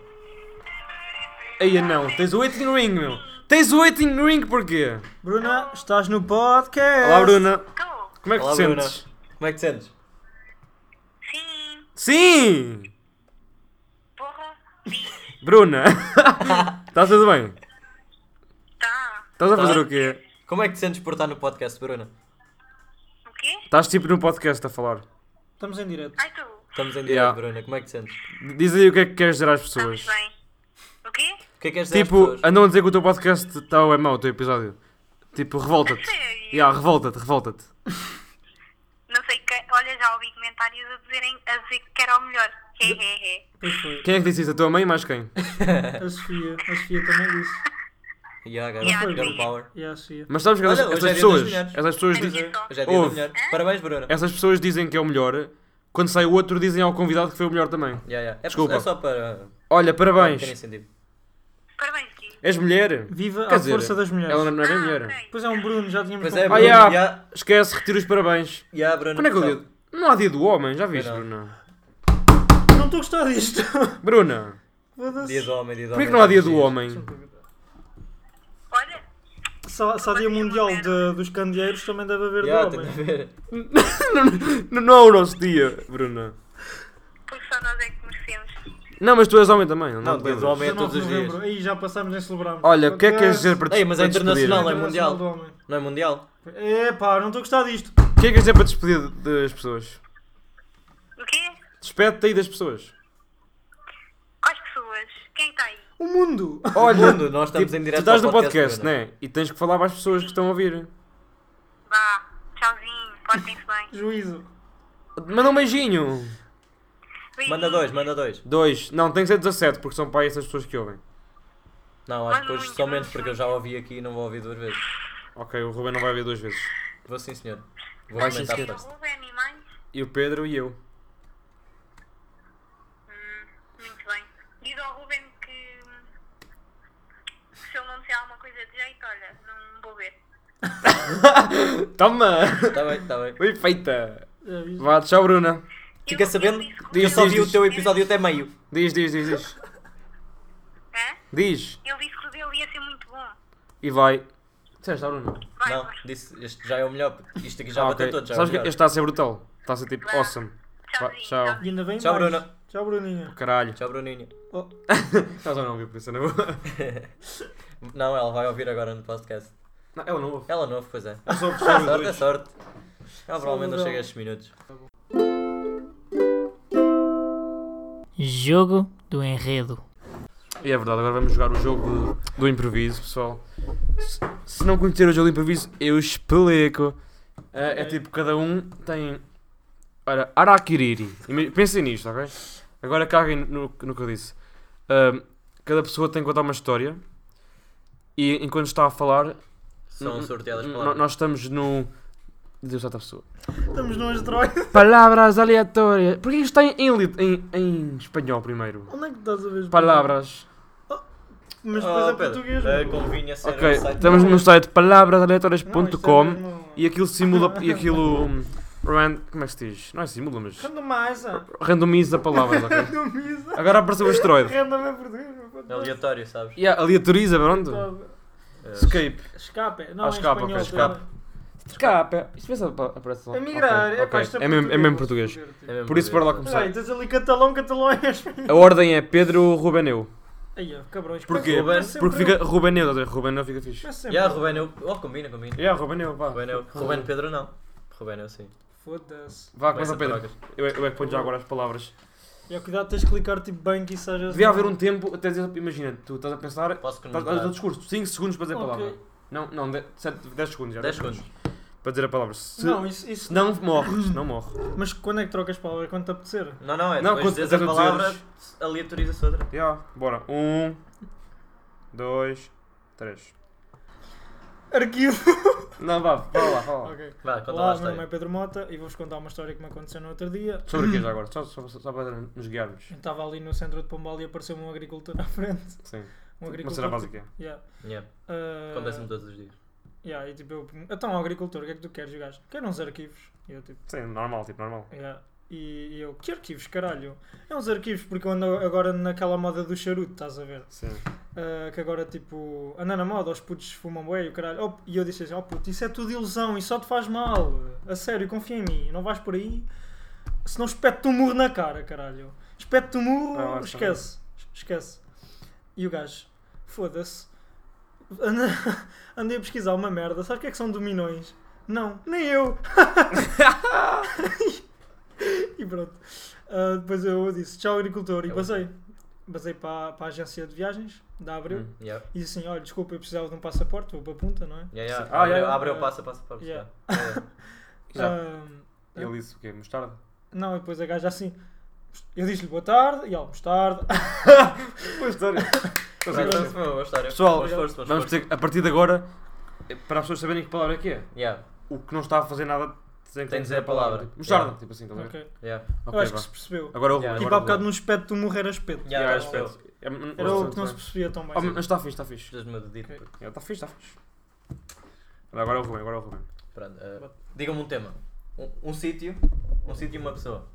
Speaker 2: é Aí não, tens o waiting ring, meu. Tens o waiting ring porquê?
Speaker 1: Bruna, estás no podcast.
Speaker 2: Olá, Bruna. Como é que
Speaker 3: Olá,
Speaker 2: te
Speaker 3: Bruna.
Speaker 2: sentes?
Speaker 3: Como é que te sentes?
Speaker 4: Sim,
Speaker 2: Sim!
Speaker 4: porra,
Speaker 2: Bruna! Estás tudo bem?
Speaker 4: tá.
Speaker 2: Estás a
Speaker 3: Tá.
Speaker 2: fazer o quê?
Speaker 3: Como é que te sentes por estar no podcast, Bruna?
Speaker 4: O quê?
Speaker 2: Estás tipo no podcast a falar.
Speaker 1: Estamos em direto.
Speaker 4: Ai, tu,
Speaker 3: Estamos em direto,
Speaker 2: Yeah.
Speaker 3: Bruna. Como é que te sentes?
Speaker 2: Diz aí o que é que queres dizer às pessoas.
Speaker 4: estamos bem. O quê?
Speaker 3: O que é que queres dizer às
Speaker 2: Tipo,
Speaker 3: pessoas?
Speaker 2: andam a dizer que o teu podcast está é mau, o teu episódio. Tipo, revolta-te.
Speaker 4: Sério?
Speaker 2: Yeah, revolta-te, revolta-te.
Speaker 4: Não sei que. Olha, já ouvi comentários a dizerem a dizer que era o melhor. He, he, he.
Speaker 1: Pois foi.
Speaker 2: Quem é que disse isso? A tua mãe e mais quem?
Speaker 1: A Sofia. A Sofia também disse.
Speaker 3: Yeah, guys,
Speaker 4: Yeah,
Speaker 3: girl
Speaker 4: sim.
Speaker 3: power.
Speaker 1: Yeah, sim.
Speaker 2: Mas sabes que
Speaker 3: Olha,
Speaker 2: essas,
Speaker 3: hoje
Speaker 2: essas
Speaker 3: é dia das
Speaker 2: pessoas,
Speaker 3: mulheres.
Speaker 2: essas pessoas,
Speaker 4: Olha,
Speaker 2: dizem,
Speaker 4: só.
Speaker 3: Hoje é dia da
Speaker 2: Ouve.
Speaker 3: mulher. Parabéns, Bruna.
Speaker 2: essas pessoas dizem que é o melhor, quando sai o outro dizem ao convidado que foi o melhor também.
Speaker 3: Yeah, yeah. É,
Speaker 2: Desculpa.
Speaker 3: é só para
Speaker 2: Olha, parabéns,
Speaker 3: ter incentivo.
Speaker 4: Parabéns, Gui.
Speaker 2: és mulher.
Speaker 1: Viva
Speaker 2: Quer
Speaker 1: a
Speaker 2: dizer,
Speaker 1: força das mulheres.
Speaker 2: Ela não é bem
Speaker 4: Ah,
Speaker 2: mulher.
Speaker 4: ok.
Speaker 1: Pois é, um Bruno, já tínhamos
Speaker 3: Pois é,
Speaker 1: comprado.
Speaker 3: Bruno.
Speaker 2: Ah, yeah.
Speaker 3: yeah.
Speaker 2: Esquece, retira os parabéns.
Speaker 3: Yeah, Bruna,
Speaker 2: Quando é que é o
Speaker 3: pessoal.
Speaker 2: dia? Não há dia do homem, já viste,
Speaker 3: Pois
Speaker 2: Bruna?
Speaker 1: Não estou a gostar disto.
Speaker 2: Bruna,
Speaker 3: Dia
Speaker 1: Foda-se.
Speaker 3: do homem, dia do
Speaker 2: porquê
Speaker 3: homem.
Speaker 2: que não há dia
Speaker 3: todos os
Speaker 2: do
Speaker 3: dias.
Speaker 2: homem?
Speaker 4: Olha,
Speaker 1: Só, só dia mundial de- dos candeeiros também deve haver
Speaker 3: Yeah,
Speaker 1: de
Speaker 3: tem
Speaker 1: homem.
Speaker 3: que ver.
Speaker 2: Não, não é o nosso dia, Bruna.
Speaker 4: porque só nós é que merecemos.
Speaker 2: Não, mas tu és homem também, não,
Speaker 3: Não,
Speaker 2: te
Speaker 3: dia do
Speaker 2: lembras?
Speaker 3: homem é
Speaker 1: 19
Speaker 3: todos
Speaker 1: de
Speaker 3: os dias.
Speaker 1: novembro. Aí já passámos nem celebramos.
Speaker 2: Olha, o que é que queres dizer para te
Speaker 3: Ei, mas é
Speaker 2: para te despedir?
Speaker 3: internacional, não é
Speaker 1: Internacional
Speaker 3: mundial.
Speaker 1: do um homem.
Speaker 3: Não é mundial?
Speaker 1: Epá, não estou a gostar disto.
Speaker 2: O que é que queres dizer para te despedir das pessoas?
Speaker 4: O quê?
Speaker 2: Despede-te aí das pessoas.
Speaker 4: Quais pessoas? Quem está aí?
Speaker 1: O mundo.
Speaker 2: Olha, tipo,
Speaker 3: Mundo, nós estamos em direto
Speaker 2: tu estás
Speaker 3: ao
Speaker 2: no podcast,
Speaker 3: Bruna.
Speaker 2: né? E tens que falar para as pessoas que estão a ouvir.
Speaker 4: Vá, tchauzinho, portem-se bem.
Speaker 1: Juízo.
Speaker 2: Manda um beijinho.
Speaker 3: Manda dois, manda dois.
Speaker 2: Dois. Não, tem que ser 17, porque são para aí essas pessoas que ouvem.
Speaker 3: Não, acho que
Speaker 4: Manda
Speaker 3: hoje
Speaker 4: muito,
Speaker 3: são
Speaker 4: manda
Speaker 3: menos porque eu já ouvi aqui e não vou ouvir duas vezes.
Speaker 2: Ok, o Ruben não vai ver duas vezes.
Speaker 3: Vou sim, senhor. Vou
Speaker 2: Vai sim,
Speaker 3: comentar
Speaker 2: senhor.
Speaker 4: O
Speaker 3: first.
Speaker 4: Ruben e mais?
Speaker 2: E o Pedro e eu.
Speaker 4: Muito bem. Diz ao Ruben que hum, se ele não disser alguma coisa de jeito, olha, não vou ver.
Speaker 2: Toma!
Speaker 3: Tá bem, tá bem.
Speaker 2: Bem feita!
Speaker 1: É isso.
Speaker 2: Vá, tchau, Bruna.
Speaker 3: Fica sabendo que
Speaker 4: que é
Speaker 3: eu só
Speaker 2: diz,
Speaker 3: vi o
Speaker 2: diz.
Speaker 3: teu episódio até meio.
Speaker 2: Diz, diz, diz, diz. Diz.
Speaker 4: Ele disse que o dele ia ser muito bom.
Speaker 2: E vai. Disseste, ah, Bruna?
Speaker 4: Vai,
Speaker 3: Não,
Speaker 4: Bruno.
Speaker 3: disse, este já é o melhor. Isto aqui já
Speaker 2: Ah,
Speaker 3: bateu
Speaker 2: ok.
Speaker 3: todo, já é o
Speaker 2: Sabes que
Speaker 3: melhor.
Speaker 2: este está a ser brutal. Está a ser tipo awesome. Vá,
Speaker 4: Tchauzinho.
Speaker 2: tchau.
Speaker 1: E ainda bem
Speaker 3: Tchau,
Speaker 1: mais.
Speaker 3: Bruna.
Speaker 1: Tchau, Bruninha.
Speaker 2: Caralho.
Speaker 3: Tchau, é Bruninho.
Speaker 1: Oh,
Speaker 2: Estás ou não ouvir por isso, não vou.
Speaker 3: Não, ela vai ouvir agora no podcast.
Speaker 2: Não, ela não ouve.
Speaker 3: Ela não, ouve, pois é.
Speaker 2: Só ouve só
Speaker 3: É
Speaker 2: os
Speaker 3: sorte, é
Speaker 2: dois.
Speaker 3: sorte. Ela provavelmente não
Speaker 1: Salvador.
Speaker 3: chega a estes minutos.
Speaker 5: Jogo do enredo.
Speaker 2: E é verdade, agora vamos jogar o jogo do- do improviso, pessoal. Se, se não conhecer o jogo do improviso, eu explico. Ah, é tipo, cada um tem. Ora, Arakiriri. Ima- Pensem nisto, ok? Agora caguem no, no que eu disse. Ah, cada pessoa tem que contar uma história. E enquanto está a falar,
Speaker 3: São
Speaker 2: Hum,
Speaker 3: sorteadas
Speaker 2: n-
Speaker 3: palavras.
Speaker 2: nós estamos no. Deus, outra pessoa.
Speaker 1: estamos num asteroide.
Speaker 2: Palavras aleatórias. Porquê isto está em, em, lit- em, em espanhol primeiro?
Speaker 1: Onde é que estás a ver? Bruno?
Speaker 2: Palavras.
Speaker 1: Mas depois
Speaker 2: Oh,
Speaker 3: Ah,
Speaker 1: é
Speaker 3: Pedro,
Speaker 1: português.
Speaker 3: eh,
Speaker 1: Bruno.
Speaker 3: convinha ser
Speaker 2: Ok,
Speaker 3: um site
Speaker 2: estamos
Speaker 3: novo.
Speaker 2: no site
Speaker 1: Não, isto é
Speaker 2: palavrasaleatórias.com
Speaker 1: mesmo-
Speaker 2: e aquilo simula. e aquilo. hum, ran- como é que se diz? Não é simula, mas.
Speaker 1: Randomiza.
Speaker 2: randomiza palavras, ok?
Speaker 1: Randomiza.
Speaker 2: Agora apareceu o asteroide.
Speaker 1: Random é português. meu puto.
Speaker 3: Aleatório, sabes?
Speaker 2: Yeah, aleatoriza, pronto.
Speaker 3: Eh,
Speaker 2: Escape.
Speaker 1: Escape.
Speaker 2: Ah,
Speaker 1: Não,
Speaker 2: escape,
Speaker 1: é espanhol.
Speaker 2: ok, escape.
Speaker 1: tá bem.
Speaker 2: Escape. Isto pensa aparece lá.
Speaker 1: A migrar.
Speaker 2: Ok,
Speaker 1: é pá,
Speaker 2: ok.
Speaker 1: isto
Speaker 2: É mesmo, é mesmo português.
Speaker 1: português.
Speaker 3: é mesmo
Speaker 2: Por isso, bora lá
Speaker 3: português.
Speaker 1: Peraí,
Speaker 2: começar.
Speaker 1: tens ali catalão, catalão é espanhol.
Speaker 2: A ordem é Pedro Rubeneu.
Speaker 1: Aí, ó, cabrões.
Speaker 2: Porquê?
Speaker 1: Parece- parece sempre
Speaker 2: Porque fica
Speaker 1: eu.
Speaker 2: Rubeneu, estás a ver? Rubeneu fica fixe.
Speaker 1: Parece sempre
Speaker 3: Yeah,
Speaker 1: eu.
Speaker 3: Ruben, eu. Oh, combina, combina. é
Speaker 2: Yeah, Rubeneu, vá.
Speaker 3: Ruben, eu. Ruben Pedro, não. Ruben, eu sim.
Speaker 1: Foda-se.
Speaker 2: Vá, começa
Speaker 3: Começa,
Speaker 2: Pedro. Eu é eu é que ponho já agora as palavras.
Speaker 1: E ó, cuidado, tens de clicar tipo bem que isso seja.
Speaker 2: Devia haver um tempo, até dizer- imagina, tu estás a pensar,
Speaker 3: Posso
Speaker 2: estás estás a dar
Speaker 3: começar?
Speaker 2: discurso, 5 segundos para dizer a
Speaker 1: Ok.
Speaker 2: palavra. Não, não, 10 segundos já.
Speaker 3: 10 segundos.
Speaker 2: Para dizer a palavra. Se
Speaker 1: Não,
Speaker 2: não,
Speaker 1: isso, isso-
Speaker 2: morre, se não morre.
Speaker 1: Mas quando é que trocas palavra? Quando te apetecer?
Speaker 3: Não, não, é
Speaker 2: Não, quando
Speaker 3: depois dizes
Speaker 2: quiseres
Speaker 3: a palavra,
Speaker 2: dizer
Speaker 3: aleatoriza-se outra.
Speaker 2: Já, bora. 1, 2, 3.
Speaker 1: Arquivo.
Speaker 2: Não, vá, fala lá, fala lá.
Speaker 1: Ok.
Speaker 3: Vá, conta lá a
Speaker 1: Olá, meu nome é
Speaker 3: história.
Speaker 1: Pedro Mota e vou-vos contar uma história que me aconteceu no outro dia.
Speaker 2: Sobre o que já agora? Só, só, só para nos guiarmos.
Speaker 1: Eu estava ali no centro de Pombal e apareceu-me um agricultor à frente.
Speaker 2: Sim.
Speaker 1: Um
Speaker 2: Uma
Speaker 1: agricultor.
Speaker 2: cena básica.
Speaker 1: Yeah.
Speaker 2: é-
Speaker 3: Yeah,
Speaker 1: Ah,
Speaker 3: Acontece-me todos os dias.
Speaker 1: yeah, e tipo, eu pergunto, então, agricultor, o que é que tu queres, E o gajo? Quero uns arquivos. E eu, tipo,
Speaker 2: Sim, normal, tipo, normal.
Speaker 1: Yeah. E e eu, que arquivos, caralho? É uns arquivos, porque eu ando agora naquela moda do charuto, estás a ver?
Speaker 2: Sim.
Speaker 1: Ah, que agora, tipo, anda na moda, os putos fumam bué e o caralho. Oh, e eu disse assim, oh puto, isso é tudo ilusão, isso só te faz mal. A sério, confia em mim, não vais por aí. Senão espeto-te um murro na cara, caralho. Espeto-te um murro,
Speaker 2: Ah, lá está.
Speaker 1: esquece, esquece. E o gajo, foda-se. Anda- Andei a pesquisar uma merda, sabes o que é que são dominões? Não, nem eu. e pronto. Ah, depois eu disse tchau, agricultor, e
Speaker 3: É
Speaker 1: passei. Basei para, para a agência de viagens da Abreu
Speaker 2: Hum.
Speaker 3: Yeah.
Speaker 1: e disse assim: olha, desculpa, eu precisava de um passaporte, vou para a punta, não é?
Speaker 3: Yeah, yeah.
Speaker 2: Ah,
Speaker 3: abre,
Speaker 2: yeah,
Speaker 3: abre
Speaker 1: yeah.
Speaker 3: o passa, passa, passa.
Speaker 1: Yeah.
Speaker 2: Já.
Speaker 1: Ah,
Speaker 2: Ele disse o quê? Mostarda?
Speaker 1: não, e depois a gaja assim. Eu disse-lhe boa tarde, e ela, boa tarde.
Speaker 2: Boa história. Consegui-
Speaker 3: Pronto, foi uma boa história.
Speaker 2: Pessoal,
Speaker 3: Bom esforço, bom
Speaker 2: Vamos
Speaker 3: esforço.
Speaker 2: ter, a partir de agora, eh, para as pessoas saberem que palavra é que é,
Speaker 3: Yeah,
Speaker 2: o que não está a fazer nada tem que
Speaker 3: Tem de dizer a palavra.
Speaker 2: tipo, Mostarda,
Speaker 3: Yeah.
Speaker 2: tipo assim, estás a ver?
Speaker 1: Ok.
Speaker 3: yeah.
Speaker 1: Eu
Speaker 2: Ok,
Speaker 1: acho
Speaker 2: vá.
Speaker 1: que se percebeu.
Speaker 2: Agora houve.
Speaker 3: Yeah.
Speaker 2: agora
Speaker 1: Tipo, há bocado
Speaker 2: houve.
Speaker 1: num espeto do morrer a espeto.
Speaker 3: Yeah,
Speaker 2: Yeah,
Speaker 3: era
Speaker 2: espero.
Speaker 3: o-
Speaker 2: É, hum,
Speaker 1: Era
Speaker 2: hum,
Speaker 1: o que não se percebia tão bem.
Speaker 2: Ah, Mas está fixe, está fixe.
Speaker 3: Jesus meu dedito.
Speaker 1: Ok.
Speaker 2: Está fixe, está fixe. Agora é o Rubem, agora é o Rubem.
Speaker 3: Pronto, eh, digam-me um tema. Um, um sítio, um sítio e uma pessoa.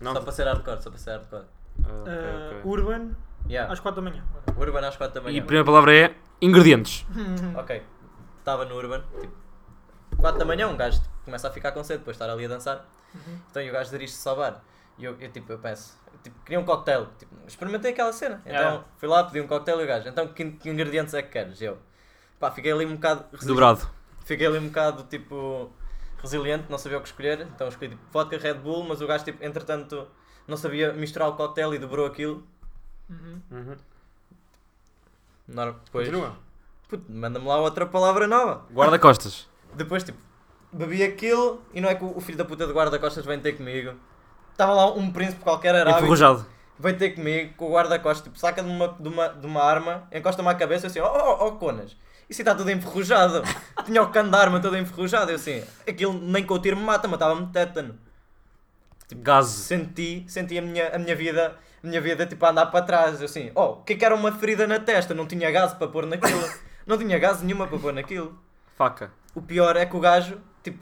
Speaker 2: Não,
Speaker 3: Só para ser hardcore, só para ser hardcore.
Speaker 2: ah,
Speaker 1: Ah,
Speaker 2: ok, ok.
Speaker 1: Urban,
Speaker 3: Yeah.
Speaker 1: às 4 da manhã. É
Speaker 3: Urban às 4 da
Speaker 2: E
Speaker 3: manhã.
Speaker 2: a primeira palavra é ingredientes.
Speaker 3: Ok, estava no Urban, tipo, 4 da manhã, um gajo começa a ficar com sede depois de estar ali a dançar.
Speaker 2: Uhum.
Speaker 3: Então e o gajo dirige-se ao bar. E eu, eu, tipo, eu penso, tipo, queria um cocktail. Tipo, experimentei aquela cena. Então
Speaker 2: Yeah.
Speaker 3: fui lá, pedi um cocktail e o gajo, então que, que ingredientes é que queres? E Eu, pá, fiquei ali um bocado.
Speaker 2: Dobrado.
Speaker 3: Fiquei ali um bocado tipo resiliente, não sabia o que escolher, então escolhi tipo, vodka Red Bull, mas o gajo tipo, entretanto não sabia misturar o cocktail e dobrou aquilo.
Speaker 2: Uhum.
Speaker 3: Nor- Depois,
Speaker 2: Continua.
Speaker 3: puto, manda-me lá outra palavra nova.
Speaker 2: Guarda-costas.
Speaker 3: Depois tipo, bebi aquilo e não é que o o filho da puta de guarda-costas vem ter comigo. Estava lá um príncipe qualquer
Speaker 2: Tipo,
Speaker 3: arábico,
Speaker 2: Enferrujado.
Speaker 3: vem ter comigo com o guarda-costas, tipo, saca de uma, de uma, de uma arma, encosta-me à cabeça e assim, oh, oh, oh conas, isso está tudo enferrujado. Tinha o cano da arma todo enferrujado, eu assim, aquilo nem com o tiro me mata, matava-me de tétano. Tipo
Speaker 2: Gás.
Speaker 3: Senti, senti a minha, a minha vida, a minha vida tipo a andar para trás, eu assim, oh, o que é que era uma ferida na testa? Não tinha gás para pôr naquilo, não tinha gás nenhuma para pôr naquilo.
Speaker 2: Faca.
Speaker 3: O pior é que o gajo, tipo,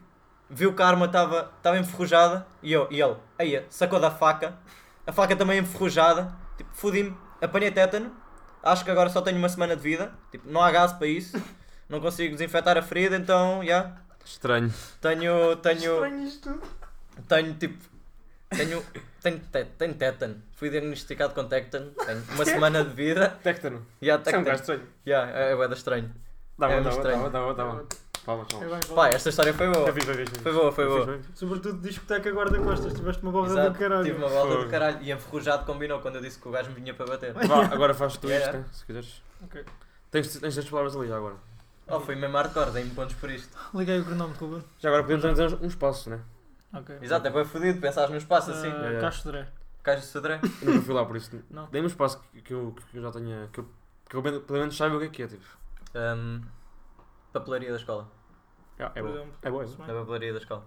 Speaker 3: viu que a arma estava enferrujada e, eu, e ele, aí, sacou da faca, a faca também enferrujada, tipo, fudi-me, apanhei tétano, acho que agora só tenho uma semana de vida, tipo, não há gás para isso, não consigo desinfetar a ferida, então, já,
Speaker 2: Estranho.
Speaker 3: tenho, tenho, tenho, tipo, tenho, tenho, te- tenho tétano, fui diagnosticado com tétano, tenho uma semana de vida,
Speaker 2: Tectano.
Speaker 3: já,
Speaker 2: Isso é um gajo
Speaker 3: tétano,
Speaker 2: estranho.
Speaker 3: já, é, é bué da estranho.
Speaker 2: Dá bom,
Speaker 3: É um
Speaker 2: dá bom, dá
Speaker 3: estranho.
Speaker 2: bom, dá bom, dá bom. Palmas, palmas.
Speaker 3: Pá, esta história foi boa,
Speaker 2: Foi fixe, foi fixe.
Speaker 3: foi boa, foi boa.
Speaker 2: Fixe, fixe.
Speaker 1: Sobretudo discoteca guarda-costas, tiveste uma borda
Speaker 3: Exato,
Speaker 1: do caralho.
Speaker 3: Tive uma volta
Speaker 2: Fogo.
Speaker 3: do caralho e enferrujado combinou quando eu disse que o gajo me vinha para bater.
Speaker 2: Vá, agora faz tu isto,
Speaker 3: Era.
Speaker 2: né, se quiseres.
Speaker 1: Ok.
Speaker 2: Tens, tens as palavras ali já agora.
Speaker 3: Oh, foi mesmo hardcore, dei-me pontos por isto.
Speaker 1: Liguei o cronómetro, Ruben.
Speaker 2: Já agora podemos dizer uns, uns passos, né?
Speaker 1: Ok.
Speaker 3: Exato, é bem fodido, pensares no espaço assim.
Speaker 1: Ah,
Speaker 2: é.
Speaker 1: Castro Dré.
Speaker 3: Gajo de Sodré.
Speaker 2: Eu nunca fui lá por isso.
Speaker 1: Não.
Speaker 2: Dei-me um espaço que, que eu, que eu já tenha. Que eu, que eu pelo pelo menos saiba o que é que é, tipo.
Speaker 3: Hum, papelaria da escola.
Speaker 2: Ah, é
Speaker 1: Por
Speaker 2: bom.
Speaker 1: exemplo.
Speaker 2: É bom, é
Speaker 1: Se
Speaker 2: bom.
Speaker 1: bem.
Speaker 3: Da papelaria da escola.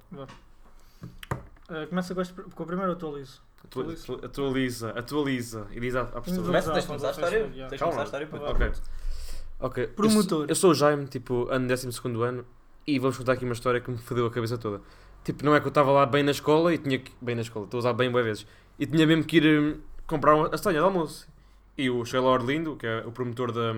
Speaker 1: Ah, Começa com, este, com o primeiro atualizo.
Speaker 2: Atua- atua- Atualiza, atualiza e diz à, à pessoa.
Speaker 1: Mas-
Speaker 3: Começa, tens de começar a história. Tens de começar a história, puto.
Speaker 1: Calma.
Speaker 2: Ok. Ok.
Speaker 1: Promotor.
Speaker 2: Eu, eu sou o Jaime, tipo, ano 12 ano, e vou-vos contar aqui uma história que me fodeu a cabeça toda. Tipo, não é que eu estava lá bem na escola e tinha que. Bem na escola, estou a usar bem boas vezes. E tinha mesmo que ir hum, comprar uma- a senha de almoço. E o Sheila Orlindo, que é o promotor da,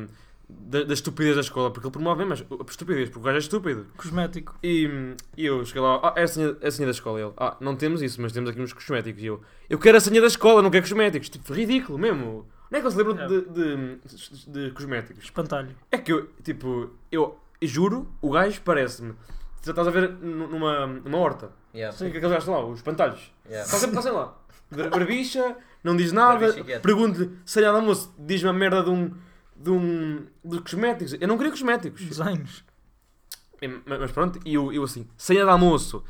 Speaker 2: da, da estupidez da escola, porque ele promove mesmo a estupidez, porque o gajo é estúpido.
Speaker 1: Cosmético.
Speaker 2: E, hum, e eu cheguei lá, ah, é a senha, é a senha da escola. E ele, ah, não temos isso, mas temos aqui uns cosméticos. E eu, eu quero a senha da escola, não quero cosméticos. Tipo, ridículo mesmo. Não é que eles lembram
Speaker 1: É.
Speaker 2: de, de, de cosméticos.
Speaker 1: Espantalho.
Speaker 2: É que eu, tipo, eu juro, o gajo parece-me. Já estás a ver nu- numa, numa horta.
Speaker 3: Yeah.
Speaker 2: Sim, aqueles gajos lá, os espantalhos.
Speaker 3: Yeah.
Speaker 2: Está sempre, está sempre lá. Bar- Barbicha, não diz nada.
Speaker 3: Barbicha quieto.
Speaker 2: Pergunto-lhe, sei lá, de almoço, diz-me a merda de um. de um. de cosméticos. Eu não queria cosméticos.
Speaker 1: Desenhos.
Speaker 2: E- ma- Mas pronto, e eu, eu assim, senha de almoço,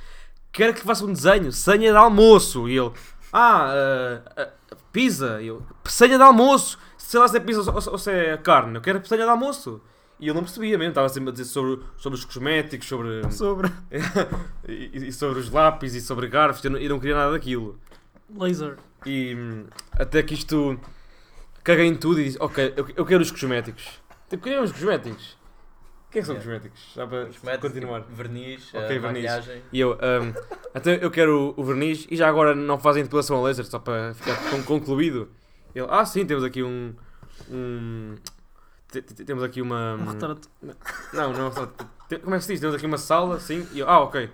Speaker 2: quero que faça um desenho, senha de almoço. E ele, ah, ah, ah, pizza. E eu, senha de almoço, sei lá se é pizza ou, se- ou se é carne, eu quero senha de almoço. E eu não percebia mesmo, estava sempre a dizer sobre, sobre os cosméticos, sobre.
Speaker 1: Sobre.
Speaker 2: e, e sobre os lápis e sobre garfos, eu não, eu não queria nada daquilo.
Speaker 1: Laser.
Speaker 2: E hum, até que isto caguei em tudo e disse, ok, eu, eu quero os cosméticos. Tipo, queria os cosméticos. O que é que são
Speaker 3: Yeah.
Speaker 2: cosméticos? Já para
Speaker 3: Os métodos,
Speaker 2: continuar.
Speaker 3: tipo, verniz,
Speaker 2: Ok,
Speaker 3: eh,
Speaker 2: verniz.
Speaker 3: maquilhagem.
Speaker 2: E eu, ahm, até eu quero o, o verniz e já agora não fazem depilação a laser, só para ficar con- concluído. Ele, ah, sim, temos aqui um. um te- te- temos aqui uma.
Speaker 3: Hum.
Speaker 1: Um retrato.
Speaker 2: Não, não, só- te- como é que se diz? Temos aqui uma sala, sim. E eu, ah, ok.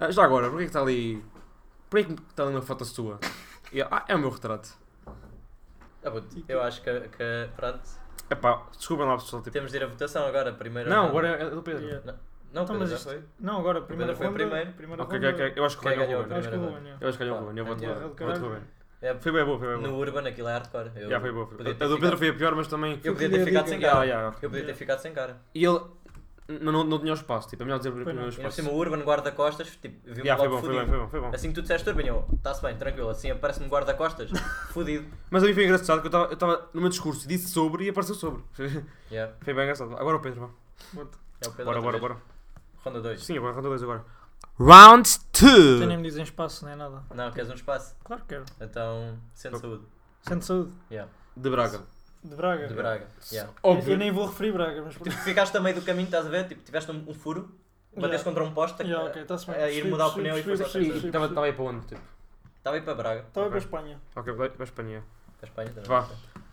Speaker 2: Ah, já agora, porquê que está ali. Porquê que está ali uma foto sua? E ele, ah, é o meu retrato.
Speaker 3: Ah, puto, eu acho que, que, pronto,
Speaker 2: Epá, desculpem lá, pessoal. Tipo,
Speaker 3: temos de ir à votação agora, primeiro.
Speaker 2: não, agora é é do Pedro.
Speaker 1: Yeah.
Speaker 3: Não,
Speaker 1: Então,
Speaker 3: Pedro,
Speaker 1: mas
Speaker 3: já
Speaker 1: isto-
Speaker 3: foi.
Speaker 1: Não, agora, primeira
Speaker 3: Primeira foi a
Speaker 1: ronda.
Speaker 3: primeira.
Speaker 1: Primeira
Speaker 2: Ok,
Speaker 1: ronda.
Speaker 2: ok, ok, eu acho que
Speaker 3: Quem
Speaker 2: ganhou o
Speaker 3: ganhou a
Speaker 2: Ruben.
Speaker 1: Acho que
Speaker 3: Primeira
Speaker 1: o
Speaker 3: ronda.
Speaker 1: Ruben, é.
Speaker 2: Eu acho que ganhou o
Speaker 3: Pá,
Speaker 2: Ruben. Eu
Speaker 3: ganhou.
Speaker 2: voto para Ruben.
Speaker 3: É,
Speaker 2: Foi bem boa, foi bem boa.
Speaker 3: no Urban aquilo é hardcore. Eu,
Speaker 2: Já foi boa.
Speaker 3: podia ter
Speaker 2: A do Pedro
Speaker 3: ficado-
Speaker 2: foi a pior, mas também.
Speaker 3: Eu podia
Speaker 1: Foi
Speaker 3: ter
Speaker 1: a
Speaker 3: ficado
Speaker 1: dica.
Speaker 3: sem
Speaker 2: Yeah,
Speaker 3: cara.
Speaker 2: yeah, ok.
Speaker 3: Eu podia ter ficado sem cara.
Speaker 2: E ele. Não, não, não tinha o espaço, tipo, é melhor dizer
Speaker 1: Pois
Speaker 2: primeiro
Speaker 1: não.
Speaker 2: o
Speaker 3: E ainda por
Speaker 2: espaço.
Speaker 3: cima o Urban guarda-costas, tipo, viu-me
Speaker 2: Yeah, foi
Speaker 3: logo
Speaker 2: bom, foi
Speaker 3: fudido.
Speaker 2: bem, foi bom, foi bom.
Speaker 3: Assim que tu disseste Urban, eu, está-se bem, tranquilo, assim aparece-me guarda-costas, fudido.
Speaker 2: Mas a mim foi engraçado que eu estava- eu estava no meu discurso, disse sobre e apareceu sobre. foi
Speaker 3: Yeah,
Speaker 2: bem engraçado. Agora o Pedro, vá.
Speaker 3: é o Pedro
Speaker 2: Bora,
Speaker 3: outra
Speaker 2: bora,
Speaker 3: vez.
Speaker 2: bora.
Speaker 3: Ronda 2.
Speaker 2: Sim, agora, round 2 agora. Round
Speaker 1: Tu
Speaker 2: 2!
Speaker 1: nem me dizem espaço nem nada.
Speaker 3: Não, queres um espaço?
Speaker 1: Claro que é. quero.
Speaker 3: Então, sente
Speaker 2: Top.
Speaker 3: saúde.
Speaker 1: Centro de Saúde,
Speaker 3: Yeah,
Speaker 2: De Braga.
Speaker 1: de Braga.
Speaker 3: de Braga. Yeah.
Speaker 1: Eu
Speaker 2: Óbvio.
Speaker 1: nem vou referir Braga, mas
Speaker 3: Tipo, ficaste a meio do caminho, estás a ver? Tipo, tiveste um, um furo, bateste
Speaker 1: Yeah.
Speaker 3: contra um poste,
Speaker 1: Yeah, ok, tá-se bem.
Speaker 3: a É, ir
Speaker 1: Percebi,
Speaker 3: mudar o
Speaker 1: percebi,
Speaker 3: pneu e
Speaker 1: percebi,
Speaker 3: depois
Speaker 1: percebi,
Speaker 3: outra vez.
Speaker 1: percebi.
Speaker 2: Estava estava aí para onde, tipo?
Speaker 3: Estava a ir tá para Braga,
Speaker 1: Estava para a
Speaker 2: Ok.
Speaker 1: Espanha.
Speaker 2: Ok, vai para a Espanha.
Speaker 3: para a Espanha também.
Speaker 2: Vá.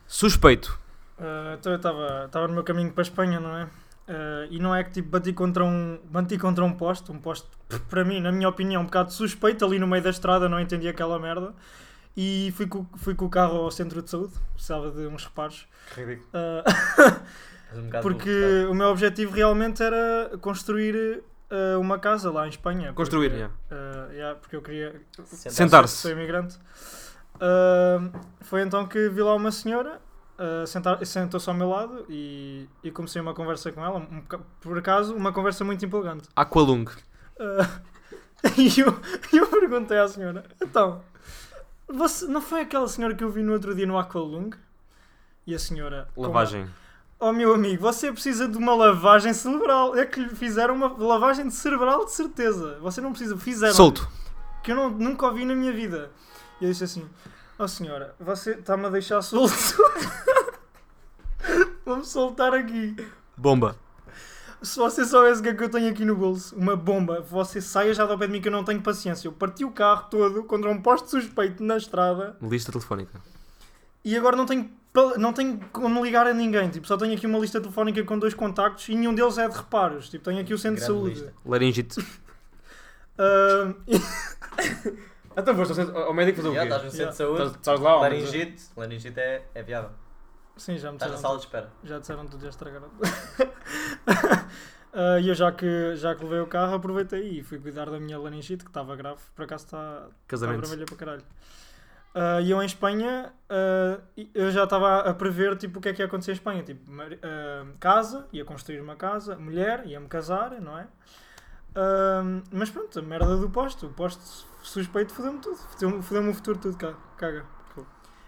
Speaker 2: Suspeito.
Speaker 1: Ah, então eu estava estava no meu caminho para a Espanha, não é? Ah, e não é que tipo bati contra um bati contra um poste, um poste pff, para mim, na minha opinião, um bocado suspeito ali no meio da estrada, não entendi aquela merda. E fui com, fui com o carro ao centro de saúde, precisava de uns reparos.
Speaker 2: Que ridículo.
Speaker 1: Ah,
Speaker 2: Tá
Speaker 3: És um bocado burro,
Speaker 1: porque o meu objetivo realmente era construir ah, uma casa lá em Espanha.
Speaker 2: Construir,
Speaker 1: porque,
Speaker 2: yeah.
Speaker 1: ah, yeah, porque eu queria,
Speaker 3: É. tá?
Speaker 1: sou
Speaker 2: Sentar-se.
Speaker 1: imigrante. Ahm, foi então que vi lá uma senhora, ah, sentar- sentou-se ao meu lado e, e comecei uma conversa com ela, um boca- por acaso, uma conversa muito empolgante.
Speaker 2: Aqualung.
Speaker 1: Ah, e eu, eu perguntei à senhora, então, você, não foi aquela senhora que eu vi no outro dia no Aqualung? E a senhora... com-
Speaker 2: Lavagem.
Speaker 1: Oh meu amigo, você precisa de uma lavagem cerebral. É que lhe fizeram uma lavagem de cerebral de certeza. Você não precisa,
Speaker 3: um
Speaker 1: fizeram
Speaker 2: Solto.
Speaker 1: que eu não- nunca ouvi na minha vida. E eu disse assim: Oh senhora, você está-me a deixar solto. Vamos soltar aqui.
Speaker 2: Bomba.
Speaker 1: Se você soubesse o que é que eu tenho aqui no bolso, uma bomba, você saia já do pé de mim que eu não tenho paciência. Eu parti o carro todo contra um poste suspeito na estrada
Speaker 2: Lista telefónica.
Speaker 1: e agora não tenho, pa- não tenho como ligar a ninguém. Tipo, só tenho aqui uma lista telefónica com dois contactos e nenhum deles é de reparos. Tipo, tenho aqui o centro de
Speaker 3: Grande
Speaker 1: saúde.
Speaker 3: lista.
Speaker 2: Laringite.
Speaker 1: Ah,
Speaker 2: Então foste ao centro- ao médico fazer o
Speaker 3: Já estás
Speaker 2: quê?
Speaker 3: no
Speaker 1: Yeah.
Speaker 3: centro de saúde,
Speaker 2: Estás- Estás lá? ó, mas-
Speaker 3: laringite, laringite é, é viável.
Speaker 1: sim, já me
Speaker 3: Estás na
Speaker 1: disseram
Speaker 3: sala de espera.
Speaker 1: Já disseram tudo, já estragaram. Ah, E eu já que, já que levei o carro, aproveitei e fui cuidar da minha laringite, que estava grave, por acaso está está
Speaker 3: Tá
Speaker 2: Casamento.
Speaker 1: vermelha para caralho. Ah, E eu em Espanha, ah, e- eu já estava a prever tipo, o que é que ia acontecer em Espanha. Tipo, mari- ah, casa, ia construir uma casa, mulher, ia-me casar, não é? Ah, mas pronto, a merda do posto, o posto suspeito fodeu-me tudo, fodeu-me fodeu-me o futuro tudo, cá, caga.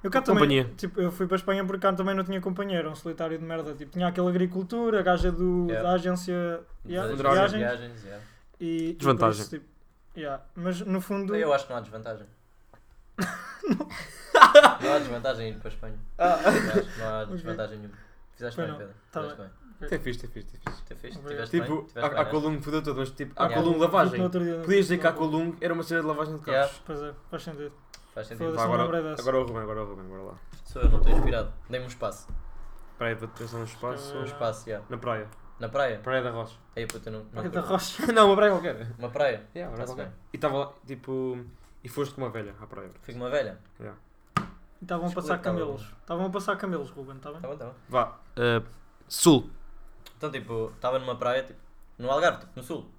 Speaker 1: Eu cá também,
Speaker 2: Companhia.
Speaker 1: Tipo, eu fui para a Espanha porque cá também não tinha companheiro, era um solitário de merda. Tipo, tinha aquele agricultura, a gaja do,
Speaker 3: Yeah.
Speaker 1: da agência yeah,
Speaker 3: De-
Speaker 1: de
Speaker 2: Viagens.
Speaker 1: viagens.
Speaker 3: viagens, yeah.
Speaker 1: E, e por
Speaker 2: Desvantagem.
Speaker 1: isso, tipo, yeah. Mas no fundo.
Speaker 3: Eu acho que não há desvantagem. não há desvantagem em ir para a Espanha. Eu acho que não há desvantagem nenhuma. Fizeste
Speaker 1: Pois
Speaker 3: bem,
Speaker 1: Ah. não.
Speaker 3: Pedro.
Speaker 1: Tá
Speaker 3: Fizeste bem.
Speaker 2: Até fiz, até fiz, até fiz.
Speaker 3: Tu fiz-
Speaker 1: Obrigado.
Speaker 3: Tiveste
Speaker 2: Tipo,
Speaker 3: bem. Tiveste bem,
Speaker 2: a
Speaker 3: né?
Speaker 2: Colung fodeu tudo, mas tipo, a
Speaker 3: Yeah.
Speaker 2: Colung
Speaker 1: Tipo, no
Speaker 2: lavagem.
Speaker 1: outro dia, não-
Speaker 2: Podias dizer que a
Speaker 1: não-
Speaker 2: Colung era uma cena de lavagem de
Speaker 3: Yeah.
Speaker 2: carros.
Speaker 1: Pois é, faz sentido.
Speaker 3: Faz sentido.
Speaker 1: Foda-se.
Speaker 2: Vá,
Speaker 1: não
Speaker 2: agora,
Speaker 1: lembrei dessa.
Speaker 2: agora o Rubem, agora o Rubem, agora lá.
Speaker 3: Sou eu, não estou inspirado. Dei-me um espaço.
Speaker 2: Espera aí, vou pensar no espaço.
Speaker 3: Um espaço, yeah.
Speaker 2: Na praia.
Speaker 3: Na praia?
Speaker 2: Praia da Rocha.
Speaker 3: Aí, puta, não. não
Speaker 1: É da
Speaker 3: curto.
Speaker 1: rocha.
Speaker 2: Não, uma praia qualquer.
Speaker 3: Uma praia?
Speaker 2: Yeah, uma praia
Speaker 3: Tá-se
Speaker 2: qualquer.
Speaker 3: bem.
Speaker 2: E estava lá, tipo. E foste com uma velha à praia.
Speaker 3: Fico uma velha?
Speaker 2: Yeah.
Speaker 1: E Estavam a passar
Speaker 3: Explica lá.
Speaker 1: camelos. Estavam a passar camelos, Ruben, está bem?
Speaker 3: Tá bom, tá bom.
Speaker 2: Vá. Eh, sul.
Speaker 3: Então, tipo, estava numa praia, tipo, no Algarve, tipo, no Sul.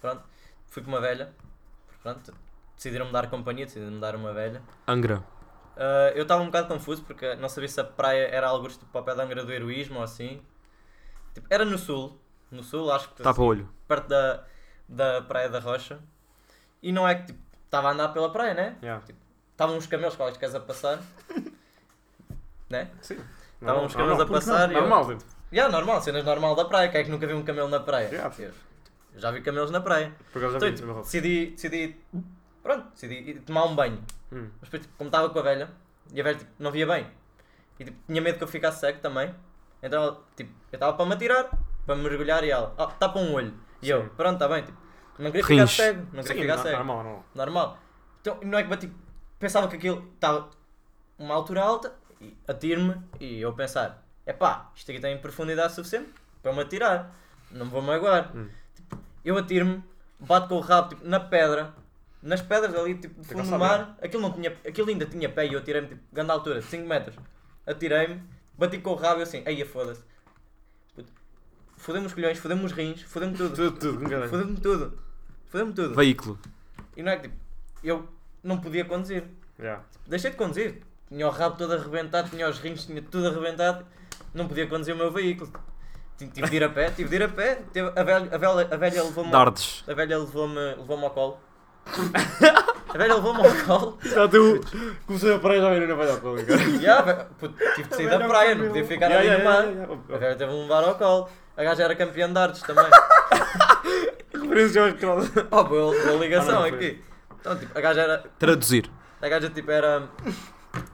Speaker 3: Pronto. Fui com uma velha. Pronto. Decidiram-me dar companhia, decidiram-me dar uma velha.
Speaker 2: Angra.
Speaker 3: Ah, eu estava um bocado confuso porque não sabia se a praia era algo tipo para o pé da Angra do Heroísmo ou assim. Tipo, era no sul, no sul, acho que
Speaker 2: Tapa o Tá olho.
Speaker 3: perto da, da Praia da Rocha. E não é que tipo, estava a andar pela praia, né?
Speaker 2: Yeah.
Speaker 3: Estavam uns camelos com as a passar. né?
Speaker 2: Sim.
Speaker 3: Estavam uns
Speaker 2: Normal,
Speaker 3: camelos a
Speaker 2: normal.
Speaker 3: passar. e eu-
Speaker 2: Normal, tipo.
Speaker 3: Yeah, normal, cenas normal da praia. Quem é que nunca viu um camelo na praia?
Speaker 2: Yeah.
Speaker 3: Eu já vi camelos na praia.
Speaker 2: Por acaso já
Speaker 3: Então,
Speaker 2: vi na
Speaker 3: eu
Speaker 2: Rocha.
Speaker 3: decidi, decidi, pronto, decidi ir tomar um banho.
Speaker 2: Hum.
Speaker 3: Mas depois, tipo, como estava com a velha, e a velha tipo, não via bem, e tipo, tinha medo que eu ficasse cego também, então ela, tipo, eu estava para me atirar, para me mergulhar, e ela, oh, tapa um olho. E eu,
Speaker 2: Sim.
Speaker 3: pronto, está bem, tipo, não queria
Speaker 2: Rins.
Speaker 3: ficar cego, não queria
Speaker 2: Sim,
Speaker 3: ficar
Speaker 2: no-
Speaker 3: cego, normal.
Speaker 2: normal, normal.
Speaker 3: Então, não é que bati, pensava que aquilo estava uma altura alta, e atiro-me, e eu pensar, epá, isto aqui tem profundidade suficiente para me atirar, não me vou magoar.
Speaker 2: Hum.
Speaker 3: Tipo, eu atiro-me, bato com o rabo tipo, na pedra, nas pedras ali, tipo, do
Speaker 2: Fica
Speaker 3: fundo do
Speaker 2: só
Speaker 3: mar, aquilo, não tinha, aquilo ainda tinha pé e eu atirei-me, tipo, grande altura, de 5 metros. Atirei-me, bati com o rabo e eu assim, aí foda-se. Puto, Fodemos os colhões, fodemos os rins, fodemos tudo.
Speaker 2: Tudo, tudo, com caralho.
Speaker 3: Fodemos tudo. Fodemos tudo.
Speaker 2: Veículo.
Speaker 3: E não é que tipo, eu não podia conduzir.
Speaker 2: Yeah.
Speaker 3: Deixei de conduzir. Tinha o rabo todo arrebentado, tinha os rins, tinha tudo arrebentado. Não podia conduzir o meu veículo. Ti- Tive de ir a pé, tive de ir a pé. Teve- A velha, a velha, a velha levou-me ao-
Speaker 5: Dardes.
Speaker 3: a velha levou-me levou ao colo. A velha levou-me ao colo.
Speaker 2: Já tu comecei a praia já a não vai dar para ligar.
Speaker 3: Ya, ve- puto, tive de sair da praia, não podia ficar ali no mar. A velha teve-me levar ao colo. A gaja era campeã de dardos também.
Speaker 2: Referência ao recaldo.
Speaker 3: Oh, boa, boa ligação
Speaker 2: Ah, não, foi.
Speaker 3: aqui. Então, tipo, a gaja era,
Speaker 5: Traduzir.
Speaker 3: A gaja tipo era,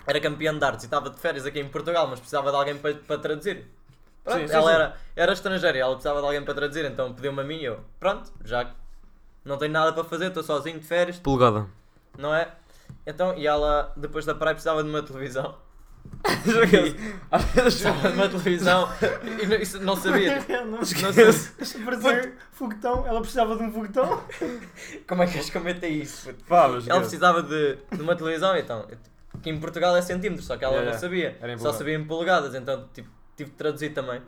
Speaker 3: era campeã de artes e estava de férias aqui em Portugal, mas precisava de alguém para, para traduzir. Pronto,
Speaker 2: Sim, sim,
Speaker 3: ela
Speaker 2: sim.
Speaker 3: Era, era estrangeira e ela precisava de alguém para traduzir, então pediu-me a mim e eu, pronto, já que não tenho nada para fazer, estou sozinho de férias,
Speaker 5: Polegada.
Speaker 3: não é? Então, e ela depois da praia precisava de uma televisão. Precisava de uma televisão e não, isso não sabia. tipo,
Speaker 1: Eu não
Speaker 3: Não sei
Speaker 1: Isto parecia foguetão. Ela precisava de um foguetão.
Speaker 3: como é que eles comentam isso. puto?
Speaker 2: Pá, mas
Speaker 3: Ela precisava de, de uma televisão, então. Que em Portugal é centímetros, só que ela
Speaker 2: Yeah,
Speaker 3: não
Speaker 2: yeah.
Speaker 3: sabia.
Speaker 2: Era em
Speaker 3: Só
Speaker 2: polegadas.
Speaker 3: sabia em polegadas, então tipo, tive de traduzir também.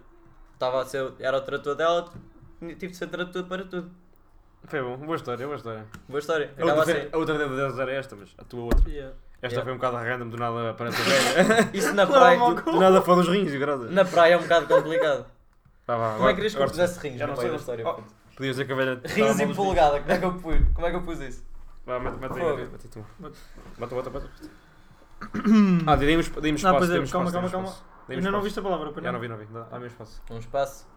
Speaker 3: Estava a ser, era o trator dela, tive de ser trator para tudo.
Speaker 2: Foi bom, boa história, boa história.
Speaker 3: Boa história.
Speaker 2: A
Speaker 3: Acaba
Speaker 2: outra, de-
Speaker 3: assim.
Speaker 2: a outra tentativa deles era esta, mas a tua outra. Esta
Speaker 3: Yeah.
Speaker 2: foi um bocado random, do nada aparece a velha.
Speaker 3: Isso na
Speaker 1: Não,
Speaker 3: praia, é
Speaker 1: mal-
Speaker 2: Do nada foi dos rins, graças.
Speaker 3: na praia é um bocado complicado.
Speaker 2: Vá, vá,
Speaker 3: Como é
Speaker 2: agora-
Speaker 3: que querias que eu
Speaker 2: agora-
Speaker 3: pusesse rins
Speaker 2: Já
Speaker 3: no
Speaker 2: não
Speaker 3: meio
Speaker 2: sei
Speaker 3: da
Speaker 2: da
Speaker 3: história?
Speaker 2: Oh,
Speaker 3: puto?
Speaker 2: Podia dizer que a velha. estava
Speaker 3: Rins
Speaker 2: mal
Speaker 3: e
Speaker 2: dos
Speaker 3: polegada, como é que eu pus, como é que eu pus isso?
Speaker 2: Vá, mete mete
Speaker 3: Fogo.
Speaker 2: aí, mete- mete tu. Mete, bota, bota. Ah, dimos espaço,
Speaker 1: Não, pois é,
Speaker 2: demos
Speaker 1: calma,
Speaker 2: espaço,
Speaker 1: calma,
Speaker 2: demos espaço. Demos
Speaker 1: Ainda não
Speaker 2: espaço.
Speaker 1: viste a palavra, pois
Speaker 2: Já não vi, não vi. Dá- Há mesmo espaço.
Speaker 3: Um espaço.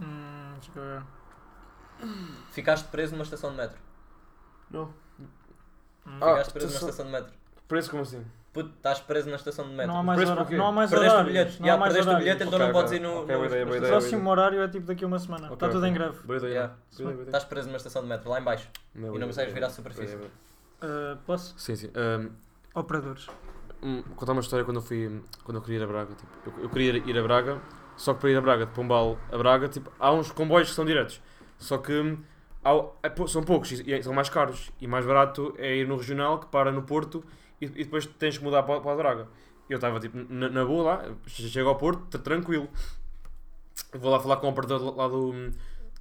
Speaker 1: Hum, deixa eu ver.
Speaker 3: Ficaste preso numa estação de metro.
Speaker 2: Não.
Speaker 1: Hum.
Speaker 2: Ah,
Speaker 3: Ficaste preso
Speaker 2: tu
Speaker 3: numa
Speaker 2: só-
Speaker 3: estação de metro.
Speaker 2: preço como assim?
Speaker 3: Puto, estás preso na estação de metro.
Speaker 1: Não há mais
Speaker 2: Preço
Speaker 1: hora-
Speaker 2: então, porquê?
Speaker 1: Não há mais
Speaker 3: Perdeste o
Speaker 1: horários,
Speaker 3: bilhete.
Speaker 1: não
Speaker 3: Já,
Speaker 1: há mais
Speaker 3: perdeste o
Speaker 1: horários.
Speaker 3: bilhete,
Speaker 2: Ok,
Speaker 3: então não
Speaker 2: ok.
Speaker 3: podes ir no.
Speaker 2: Ok,
Speaker 3: no-
Speaker 2: boa é ideia, boa
Speaker 1: O
Speaker 2: ideia.
Speaker 1: próximo horário é tipo daqui a uma semana.
Speaker 2: Ok,
Speaker 1: Está tudo
Speaker 2: ok.
Speaker 1: em greve.
Speaker 2: Boa ideia.
Speaker 3: Yeah.
Speaker 2: Boa ideia, boa ideia.
Speaker 3: Estás preso numa estação de metro, lá em baixo.
Speaker 2: Meu
Speaker 3: e não
Speaker 2: Deus,
Speaker 3: consegues
Speaker 2: meu
Speaker 3: virar à
Speaker 2: Deus.
Speaker 3: superfície.
Speaker 2: Meu Deus.
Speaker 1: Uh, posso?
Speaker 2: Sim, sim. Ahm,
Speaker 1: Operadores.
Speaker 2: Hum, contar uma história quando eu fui quando eu queria ir a Braga tipo, eu, eu queria ir a Braga só que para ir a Braga de Pombal a Braga tipo há uns comboios que são diretos só que hum, há o- é pou- são poucos e, e são mais caros e mais barato é ir no regional que para no Porto e, e depois tens que mudar para, para a Braga eu estava tipo na, na boa lá che- chego ao Porto tra- tranquilo vou lá falar com o operador lá do hum,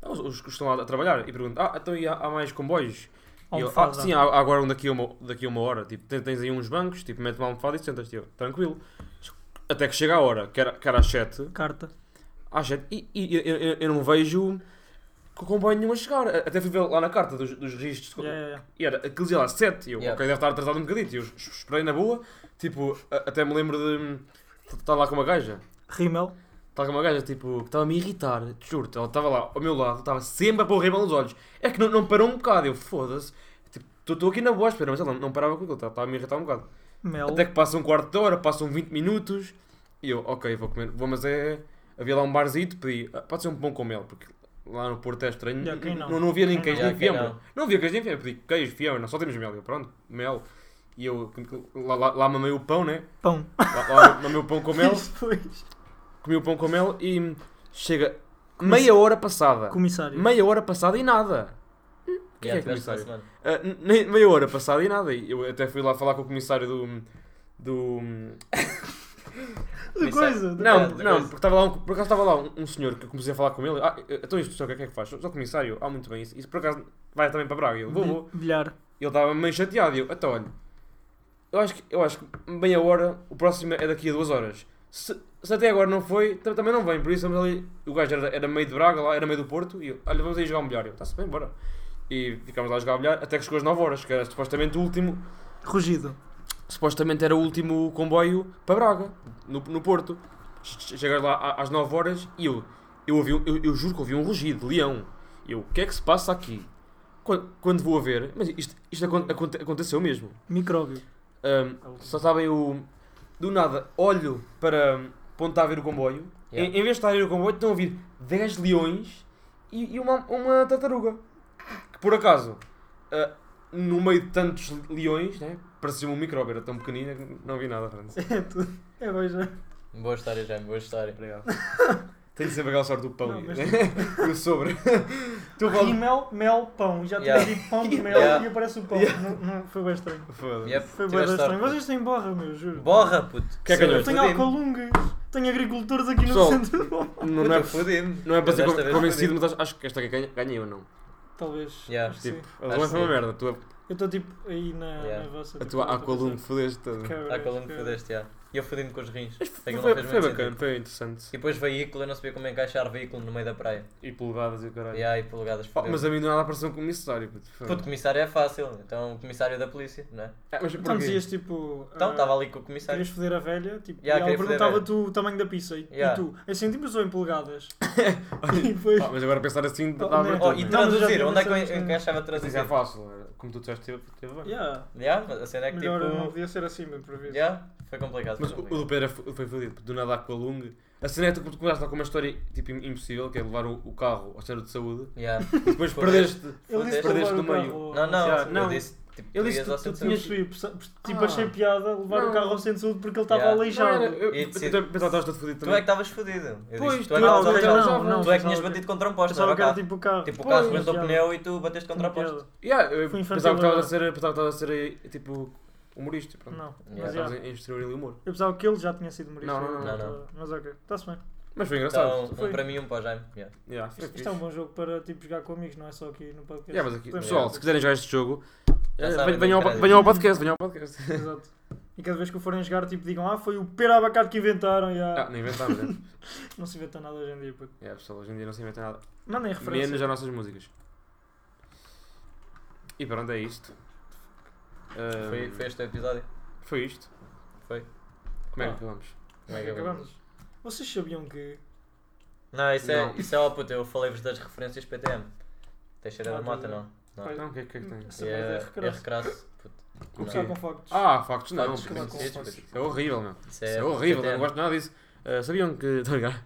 Speaker 2: ah, os, os que estão lá a trabalhar e pergunto ah então e há, há mais comboios e eu, ah,
Speaker 1: Almofada.
Speaker 2: sim, há, há agora um daqui a uma, daqui a uma hora. Tipo, tens, tens aí uns bancos, tipo, mete uma almofada e sentas te tranquilo. Até que chega a hora, que era, que era às 7.
Speaker 1: Carta.
Speaker 2: Às 7. Ah, E, e- eu, eu- eu não vejo co- comboio nenhum a chegar. Até fui ver lá na carta dos, dos registros. de co-
Speaker 1: Yeah, yeah, yeah.
Speaker 2: E era, aquilo dizia lá 7. E eu,
Speaker 3: Yeah.
Speaker 2: ok, deve estar atrasado um bocadinho. E eu es- esperei na boa. Tipo, a- até me lembro de. Estar lá com uma gaja.
Speaker 1: Rimmel.
Speaker 2: Estava com uma gaja, tipo, que estava a me irritar, te juro ela estava lá ao meu lado, estava sempre a pôr riba nos olhos. É que não, não parou um bocado, eu foda-se. Tipo, estou aqui na boa espera, mas ela não, não parava com aquilo, estava a me irritar um bocado.
Speaker 1: Mel.
Speaker 2: Até que passa um quarto de hora, passam 20 minutos, e eu, ok, vou comer, vou, mas é. Havia lá um barzito, pedi, "Ah, pode ser um pão com mel, porque lá no Porto é estranho,
Speaker 1: Já, quem
Speaker 2: não?
Speaker 1: não?
Speaker 2: Não, havia nem
Speaker 1: Quem
Speaker 2: queijo
Speaker 3: não?
Speaker 2: nem
Speaker 3: Já, quem
Speaker 2: fiambre. Não.
Speaker 3: não?
Speaker 2: havia queijo nem fiambre, pedi queijo, fiambre, não, só temos mel, eu, pronto, mel. E eu, lá, lá, lá mamei o pão, né?
Speaker 1: Pão.
Speaker 2: Lá, lá mamei o pão com mel
Speaker 1: Depois.
Speaker 2: comi o pão com mel e chega meia hora passada.
Speaker 1: Comissário.
Speaker 2: Meia hora passada e nada.
Speaker 3: O
Speaker 2: que é que comissário? Ah, n- nem- meia hora passada e nada. E eu até fui lá falar com o comissário do. do
Speaker 1: De coisa. de-
Speaker 2: não,
Speaker 3: da
Speaker 2: não,
Speaker 3: coisa.
Speaker 2: porque estava lá um, por acaso estava lá um, um senhor que eu comecei a falar com ele. Ah, então isto, senhor, o que é que faz? Sou sou comissário. Ah, muito bem. Isso, isso por acaso vai também para Braga. Eu
Speaker 1: Uhum.
Speaker 2: vou, vou.
Speaker 1: Bilhar.
Speaker 2: Ele estava meio chateado. e Eu, então, olha, eu acho, que, eu acho que meia hora, o próximo é daqui a duas horas. Se, se até agora não foi, tam- também não vem. Por isso, vamos ali. O gajo era, era meio de Braga, lá era meio do Porto. E eu, olha, vamos aí jogar um bilhar. Eu, está-se bem, bora. E ficámos lá a jogar um bilhar até que chegou às 9 horas, que era supostamente o último.
Speaker 1: Rugido.
Speaker 2: Supostamente era o último comboio para Braga, no, no Porto. Che- Chegas lá a- às 9 horas e eu, eu, ouvi, um- eu, eu juro que ouvi um rugido de leão. Eu, o que é que se passa aqui? Quando, quando vou a ver, mas isto, isto acon- aconte- aconteceu mesmo.
Speaker 1: Micróbio.
Speaker 2: Ahm, só sabem o. Do nada, olho para para onde está a ver o comboio.
Speaker 3: Yeah.
Speaker 2: Em, em vez de estar a ver o comboio, estão a vir 10 leões e, e uma, uma tartaruga. Que por acaso, ah, no meio de tantos leões, né, parecia um micróbio, era tão pequenina que não vi nada. Franz.
Speaker 1: É tudo. É beija.
Speaker 3: Boa história, Jaime, boa história.
Speaker 2: Obrigado. Tenho sempre aquela sorte do pão.
Speaker 1: Não, mas-
Speaker 2: e o sobre. tu vale.
Speaker 1: Rimel, mel, pão. Já tinha
Speaker 3: Yeah.
Speaker 1: dito pão de mel
Speaker 3: Yeah.
Speaker 1: e aparece o pão. Não, não, foi bem estranho.
Speaker 2: Foda-se.
Speaker 3: Yep,
Speaker 1: Foi bem
Speaker 3: tiveste
Speaker 1: estranho.
Speaker 3: sorte.
Speaker 1: Vocês têm borra, meu, juro.
Speaker 3: Borra, puto.
Speaker 2: Que é que
Speaker 3: Sim,
Speaker 2: olhou?
Speaker 1: Eu tenho
Speaker 3: fodi-me.
Speaker 1: alcalungas. Tenho agricultores aqui
Speaker 2: Pessoal.
Speaker 1: no centro. de Pombal.
Speaker 2: Não,
Speaker 3: Puto,
Speaker 2: não é,
Speaker 3: eu fodi-me.
Speaker 2: não é para
Speaker 3: Eu
Speaker 2: ser
Speaker 3: desta vez
Speaker 2: convencido,
Speaker 3: fodi-me.
Speaker 2: mas acho, acho que esta ganha- ganhei ou não.
Speaker 1: Talvez.
Speaker 3: Yeah.
Speaker 1: acho que
Speaker 2: Tipo,
Speaker 1: sim.
Speaker 2: a
Speaker 3: Acho
Speaker 2: Lua
Speaker 3: que
Speaker 2: foi uma
Speaker 3: sim.
Speaker 2: merda. Tu,
Speaker 1: Eu estou tipo aí na,
Speaker 3: Yeah.
Speaker 1: na vossa.
Speaker 2: a
Speaker 1: tipo,
Speaker 2: tua
Speaker 1: outra
Speaker 2: Aqualum
Speaker 1: pessoa.
Speaker 2: fodeste toda.
Speaker 1: Cabras,
Speaker 3: Há calor que
Speaker 1: cabras.
Speaker 3: fodeste, já. E eu fodi-me com os rins. Aquilo não
Speaker 2: Foi,
Speaker 3: fez
Speaker 2: foi
Speaker 3: muito
Speaker 2: bacana,
Speaker 3: sentido.
Speaker 2: foi interessante.
Speaker 3: assim, tipo, E depois veículo, eu não sabia como encaixar veículo no meio da praia.
Speaker 2: E polegadas e o caralho.
Speaker 3: E aí, polegadas.
Speaker 2: É. Pá,
Speaker 3: fodeu.
Speaker 2: mas a mim não ela apareceu um comissário. Puto, foi.
Speaker 3: Puto, comissário é fácil, então o comissário da polícia, não é?
Speaker 2: Ah, mas
Speaker 1: Então
Speaker 2: porquê?
Speaker 1: dizias tipo.
Speaker 3: Então
Speaker 1: ah,
Speaker 3: estava ali com o comissário.
Speaker 1: Querias foder a velha, tipo,
Speaker 3: Yeah,
Speaker 1: e
Speaker 3: queria
Speaker 1: ela
Speaker 3: foder a
Speaker 1: perguntava-te
Speaker 3: velha.
Speaker 1: o tamanho da pizza e,
Speaker 3: Yeah. É
Speaker 1: e tu, em centímetros ou em polegadas? e foi.
Speaker 2: Pá, mas agora pensar assim dá
Speaker 1: Oh,
Speaker 2: dá
Speaker 1: né?
Speaker 2: abertura,
Speaker 3: Oh,
Speaker 2: né?
Speaker 3: e
Speaker 1: Não, mas eu já
Speaker 3: traduzir,
Speaker 1: tinha
Speaker 3: onde é que eu
Speaker 1: pensado nisso.
Speaker 3: encaixava
Speaker 2: Mas
Speaker 3: traduzir?
Speaker 2: é fácil, era- como tu disseste, teve, teve bem.
Speaker 1: Yeah.
Speaker 3: Yeah, mas a cena é que
Speaker 1: Melhor não
Speaker 3: tipo.
Speaker 1: podia ser assim, bem por vezes.
Speaker 3: Yeah, foi complicado.
Speaker 2: Mas o,
Speaker 3: foi
Speaker 2: o do
Speaker 3: complicado.
Speaker 2: Pedro é foi foi fodido, do nada com a lung. A cena é que tu começaste lá com uma história tipo, im- impossível, que é levar o, o carro ao centro de saúde,
Speaker 3: Yeah.
Speaker 2: e depois
Speaker 3: Pois.
Speaker 2: perdeste.
Speaker 1: Ele disse
Speaker 3: Fudeste.
Speaker 1: para
Speaker 2: Perdeste
Speaker 1: levar
Speaker 2: no
Speaker 1: o
Speaker 2: meio.
Speaker 1: carro.
Speaker 3: Não, não,
Speaker 1: Yeah,
Speaker 3: eu disse. Tipo,
Speaker 2: Ele disse
Speaker 3: tu ias ao
Speaker 2: que tu
Speaker 3: centro de
Speaker 1: Tinha
Speaker 3: saúde.
Speaker 1: percebi, perce- tipo,
Speaker 2: Ah.
Speaker 1: achei piada levar
Speaker 2: Não.
Speaker 1: o carro ao centro de saúde porque ele estava
Speaker 3: Yeah.
Speaker 2: Não,
Speaker 1: aleijado.
Speaker 2: era, eu,
Speaker 3: E
Speaker 2: eu,
Speaker 3: disse-
Speaker 2: eu pensava que estás fodido
Speaker 3: Tu é que
Speaker 2: também.
Speaker 3: estavas fodido. Eu
Speaker 2: Pois, tu
Speaker 3: disse, tu é que
Speaker 2: não,
Speaker 3: estavas
Speaker 2: não,
Speaker 3: aleijado.
Speaker 2: não, não,
Speaker 3: Tu é que
Speaker 1: pensava
Speaker 3: tinhas
Speaker 1: que-
Speaker 3: batido contra um poste, não
Speaker 1: Pensava
Speaker 3: era o
Speaker 1: que era
Speaker 3: carro.
Speaker 1: tipo o carro.
Speaker 3: Tipo, o carro
Speaker 1: Pois,
Speaker 3: rebentou o
Speaker 1: já.
Speaker 3: pneu e tu bateste contra o
Speaker 1: Tinha
Speaker 3: poste.
Speaker 1: piada.
Speaker 2: Yeah, eu
Speaker 1: Foi infantil,
Speaker 2: pensava que estavas a
Speaker 1: era.
Speaker 2: ser, pensava que estavas a ser eh, tipo humorista. Pronto.
Speaker 1: Não,
Speaker 3: Yeah.
Speaker 1: mas já.
Speaker 2: Estavas a instruir ali o humor.
Speaker 1: Eu pensava que ele já tinha sido humorista.
Speaker 2: Não, não,
Speaker 3: não,
Speaker 1: Mas,
Speaker 3: não.
Speaker 1: uh, Mas ok, está-se bem.
Speaker 2: Mas foi engraçado.
Speaker 3: Então,
Speaker 1: Foi.
Speaker 3: um para mim e um para o Jaime. yeah.
Speaker 2: Yeah, foi
Speaker 1: Isto, isto é um
Speaker 2: fixe.
Speaker 1: bom jogo para tipo, jogar com amigos, não é só aqui no podcast.
Speaker 2: Yeah, mas aqui,
Speaker 1: Podemos
Speaker 2: pessoal,
Speaker 1: jogar.
Speaker 2: se quiserem jogar este jogo,
Speaker 3: Já
Speaker 2: eh, venham-
Speaker 3: sabem, no
Speaker 2: venham ao,
Speaker 3: crédito.
Speaker 2: venham ao podcast, venham ao podcast.
Speaker 1: Exato. E cada vez que o forem jogar, tipo, digam, ah, foi o pera abacate que inventaram. e
Speaker 2: Ah,
Speaker 1: ah,
Speaker 2: não inventámos, né?
Speaker 1: Não se inventa nada hoje em dia, puto.
Speaker 2: É, pessoal, hoje em dia não se inventa nada.
Speaker 1: Mandem referências.
Speaker 2: Menos as nossas músicas. E pronto, é isto. Ahm,
Speaker 3: Foi foi este o episódio.
Speaker 2: foi isto.
Speaker 3: Foi.
Speaker 2: Como é
Speaker 1: Ah.
Speaker 2: que acabamos?
Speaker 3: Como é que acabamos?
Speaker 1: Acabamos. Vocês sabiam que.
Speaker 3: Não, isso é,
Speaker 2: Não.
Speaker 3: isso é ó puto, eu falei-vos das referências PTM. Teixeira da
Speaker 1: Ah,
Speaker 3: Mota,
Speaker 1: pois é.
Speaker 3: não. Não.
Speaker 1: Pois.
Speaker 2: Não, o que é que é que tem?
Speaker 1: Essa
Speaker 3: E
Speaker 1: merda
Speaker 3: é,
Speaker 1: é
Speaker 3: é
Speaker 1: recrasso.
Speaker 3: recraço. puto.
Speaker 1: Começar
Speaker 2: quê?
Speaker 1: com factos.
Speaker 2: Ah, factos não.
Speaker 3: Factos,
Speaker 2: puto,
Speaker 1: factos,
Speaker 2: isso-
Speaker 3: factos.
Speaker 2: isso é horrível, meu.
Speaker 3: tipo, Isso
Speaker 2: Isso é horrível, eu
Speaker 3: PTM.
Speaker 2: não gosto nada disso. Ah, sabiam que. Estou a ligar.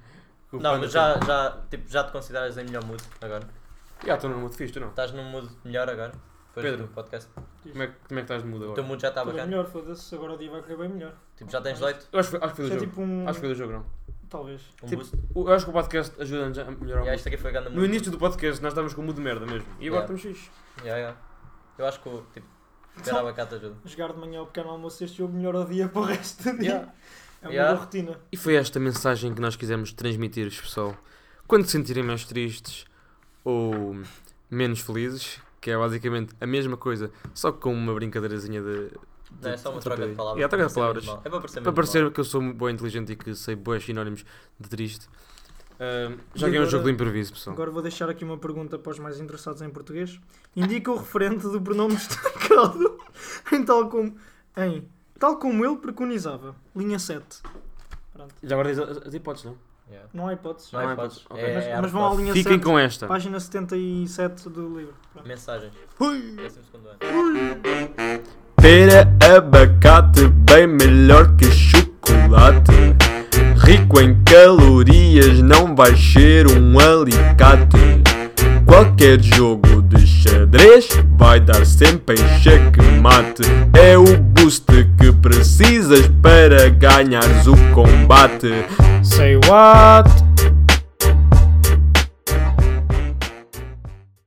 Speaker 2: Que o
Speaker 3: Não,
Speaker 2: Panda
Speaker 3: mas já, já, tipo, já te consideras em melhor mood agora?
Speaker 2: tem- Já, estou num mood fixe, tu não.
Speaker 3: Estás num mood melhor agora? Depois
Speaker 2: Pedro.
Speaker 3: do podcast?
Speaker 2: Como é, que- como é que estás de mood
Speaker 3: O
Speaker 2: agora?
Speaker 3: teu mood já está
Speaker 1: Tudo é
Speaker 3: Tá bacana?
Speaker 1: melhor, foda-se. Agora o dia vai correr bem melhor.
Speaker 3: Tipo, já tens 18?
Speaker 2: Eu acho, que foi- acho que foi
Speaker 1: Isto
Speaker 2: do
Speaker 1: é
Speaker 2: jogo.
Speaker 1: tipo um.
Speaker 2: Acho que foi do jogo, não.
Speaker 1: Talvez.
Speaker 3: Um
Speaker 2: Tipo,
Speaker 3: boost?
Speaker 2: O- Eu acho que o podcast ajuda-nos a melhorar o
Speaker 3: Yeah,
Speaker 2: mood.
Speaker 3: isto aqui foi grande
Speaker 2: No
Speaker 3: mood.
Speaker 2: início do podcast nós estávamos com o mood de merda mesmo. E agora
Speaker 3: Yeah.
Speaker 2: estamos fixe.
Speaker 3: Yeah, yeah. Eu acho que, o, tipo, ter
Speaker 1: Não.
Speaker 3: abacate ajuda.
Speaker 1: Jogar de manhã ao pequeno almoço este jogo melhor o dia para o resto do dia.
Speaker 3: Yeah.
Speaker 1: É uma
Speaker 3: Yeah.
Speaker 1: boa rotina.
Speaker 2: E foi esta mensagem que nós quisemos transmitir, pessoal. Quando se sentirem mais tristes ou menos felizes, que é basicamente a mesma coisa, só que com uma brincadeirazinha de. de
Speaker 3: Não, é só uma troca de palavras.
Speaker 2: É, troca de
Speaker 3: para parecer
Speaker 2: palavras.
Speaker 3: menos mal. É para parecer
Speaker 2: Para
Speaker 3: menos
Speaker 2: parecer que eu sou muito bom e inteligente e que sei boas sinónimos de triste. Ahm, já
Speaker 1: E
Speaker 2: que é um
Speaker 1: agora-
Speaker 2: jogo de improviso, pessoal.
Speaker 1: Agora vou deixar aqui uma pergunta para os mais interessados em português. Indica o referente do pronome destacado em tal como. em. tal como ele preconizava. Linha 7. Pronto.
Speaker 2: Já agora diz as, as hipóteses, não?
Speaker 3: mal. Yeah.
Speaker 1: Não há hipóteses.
Speaker 3: Não
Speaker 2: Não
Speaker 3: é
Speaker 2: é
Speaker 3: hipóteses.
Speaker 2: hipótese.
Speaker 3: É-
Speaker 2: Ok.
Speaker 1: Mas-
Speaker 3: é
Speaker 1: mas vão à
Speaker 3: hipótese.
Speaker 1: linha
Speaker 2: Fiquem
Speaker 1: 7.
Speaker 2: com esta.
Speaker 1: Página 77 do livro. Pronto.
Speaker 3: Mensagens.
Speaker 2: Ui.
Speaker 3: Décimo segundo ano.
Speaker 6: Pera, abacate, é bem melhor que chocolate. Rico em calorias, não vai ser um alicate. Qualquer jogo de xadrez vai dar sempre em checkmate. É o boost que precisas para ganhares o combate.
Speaker 7: Say what?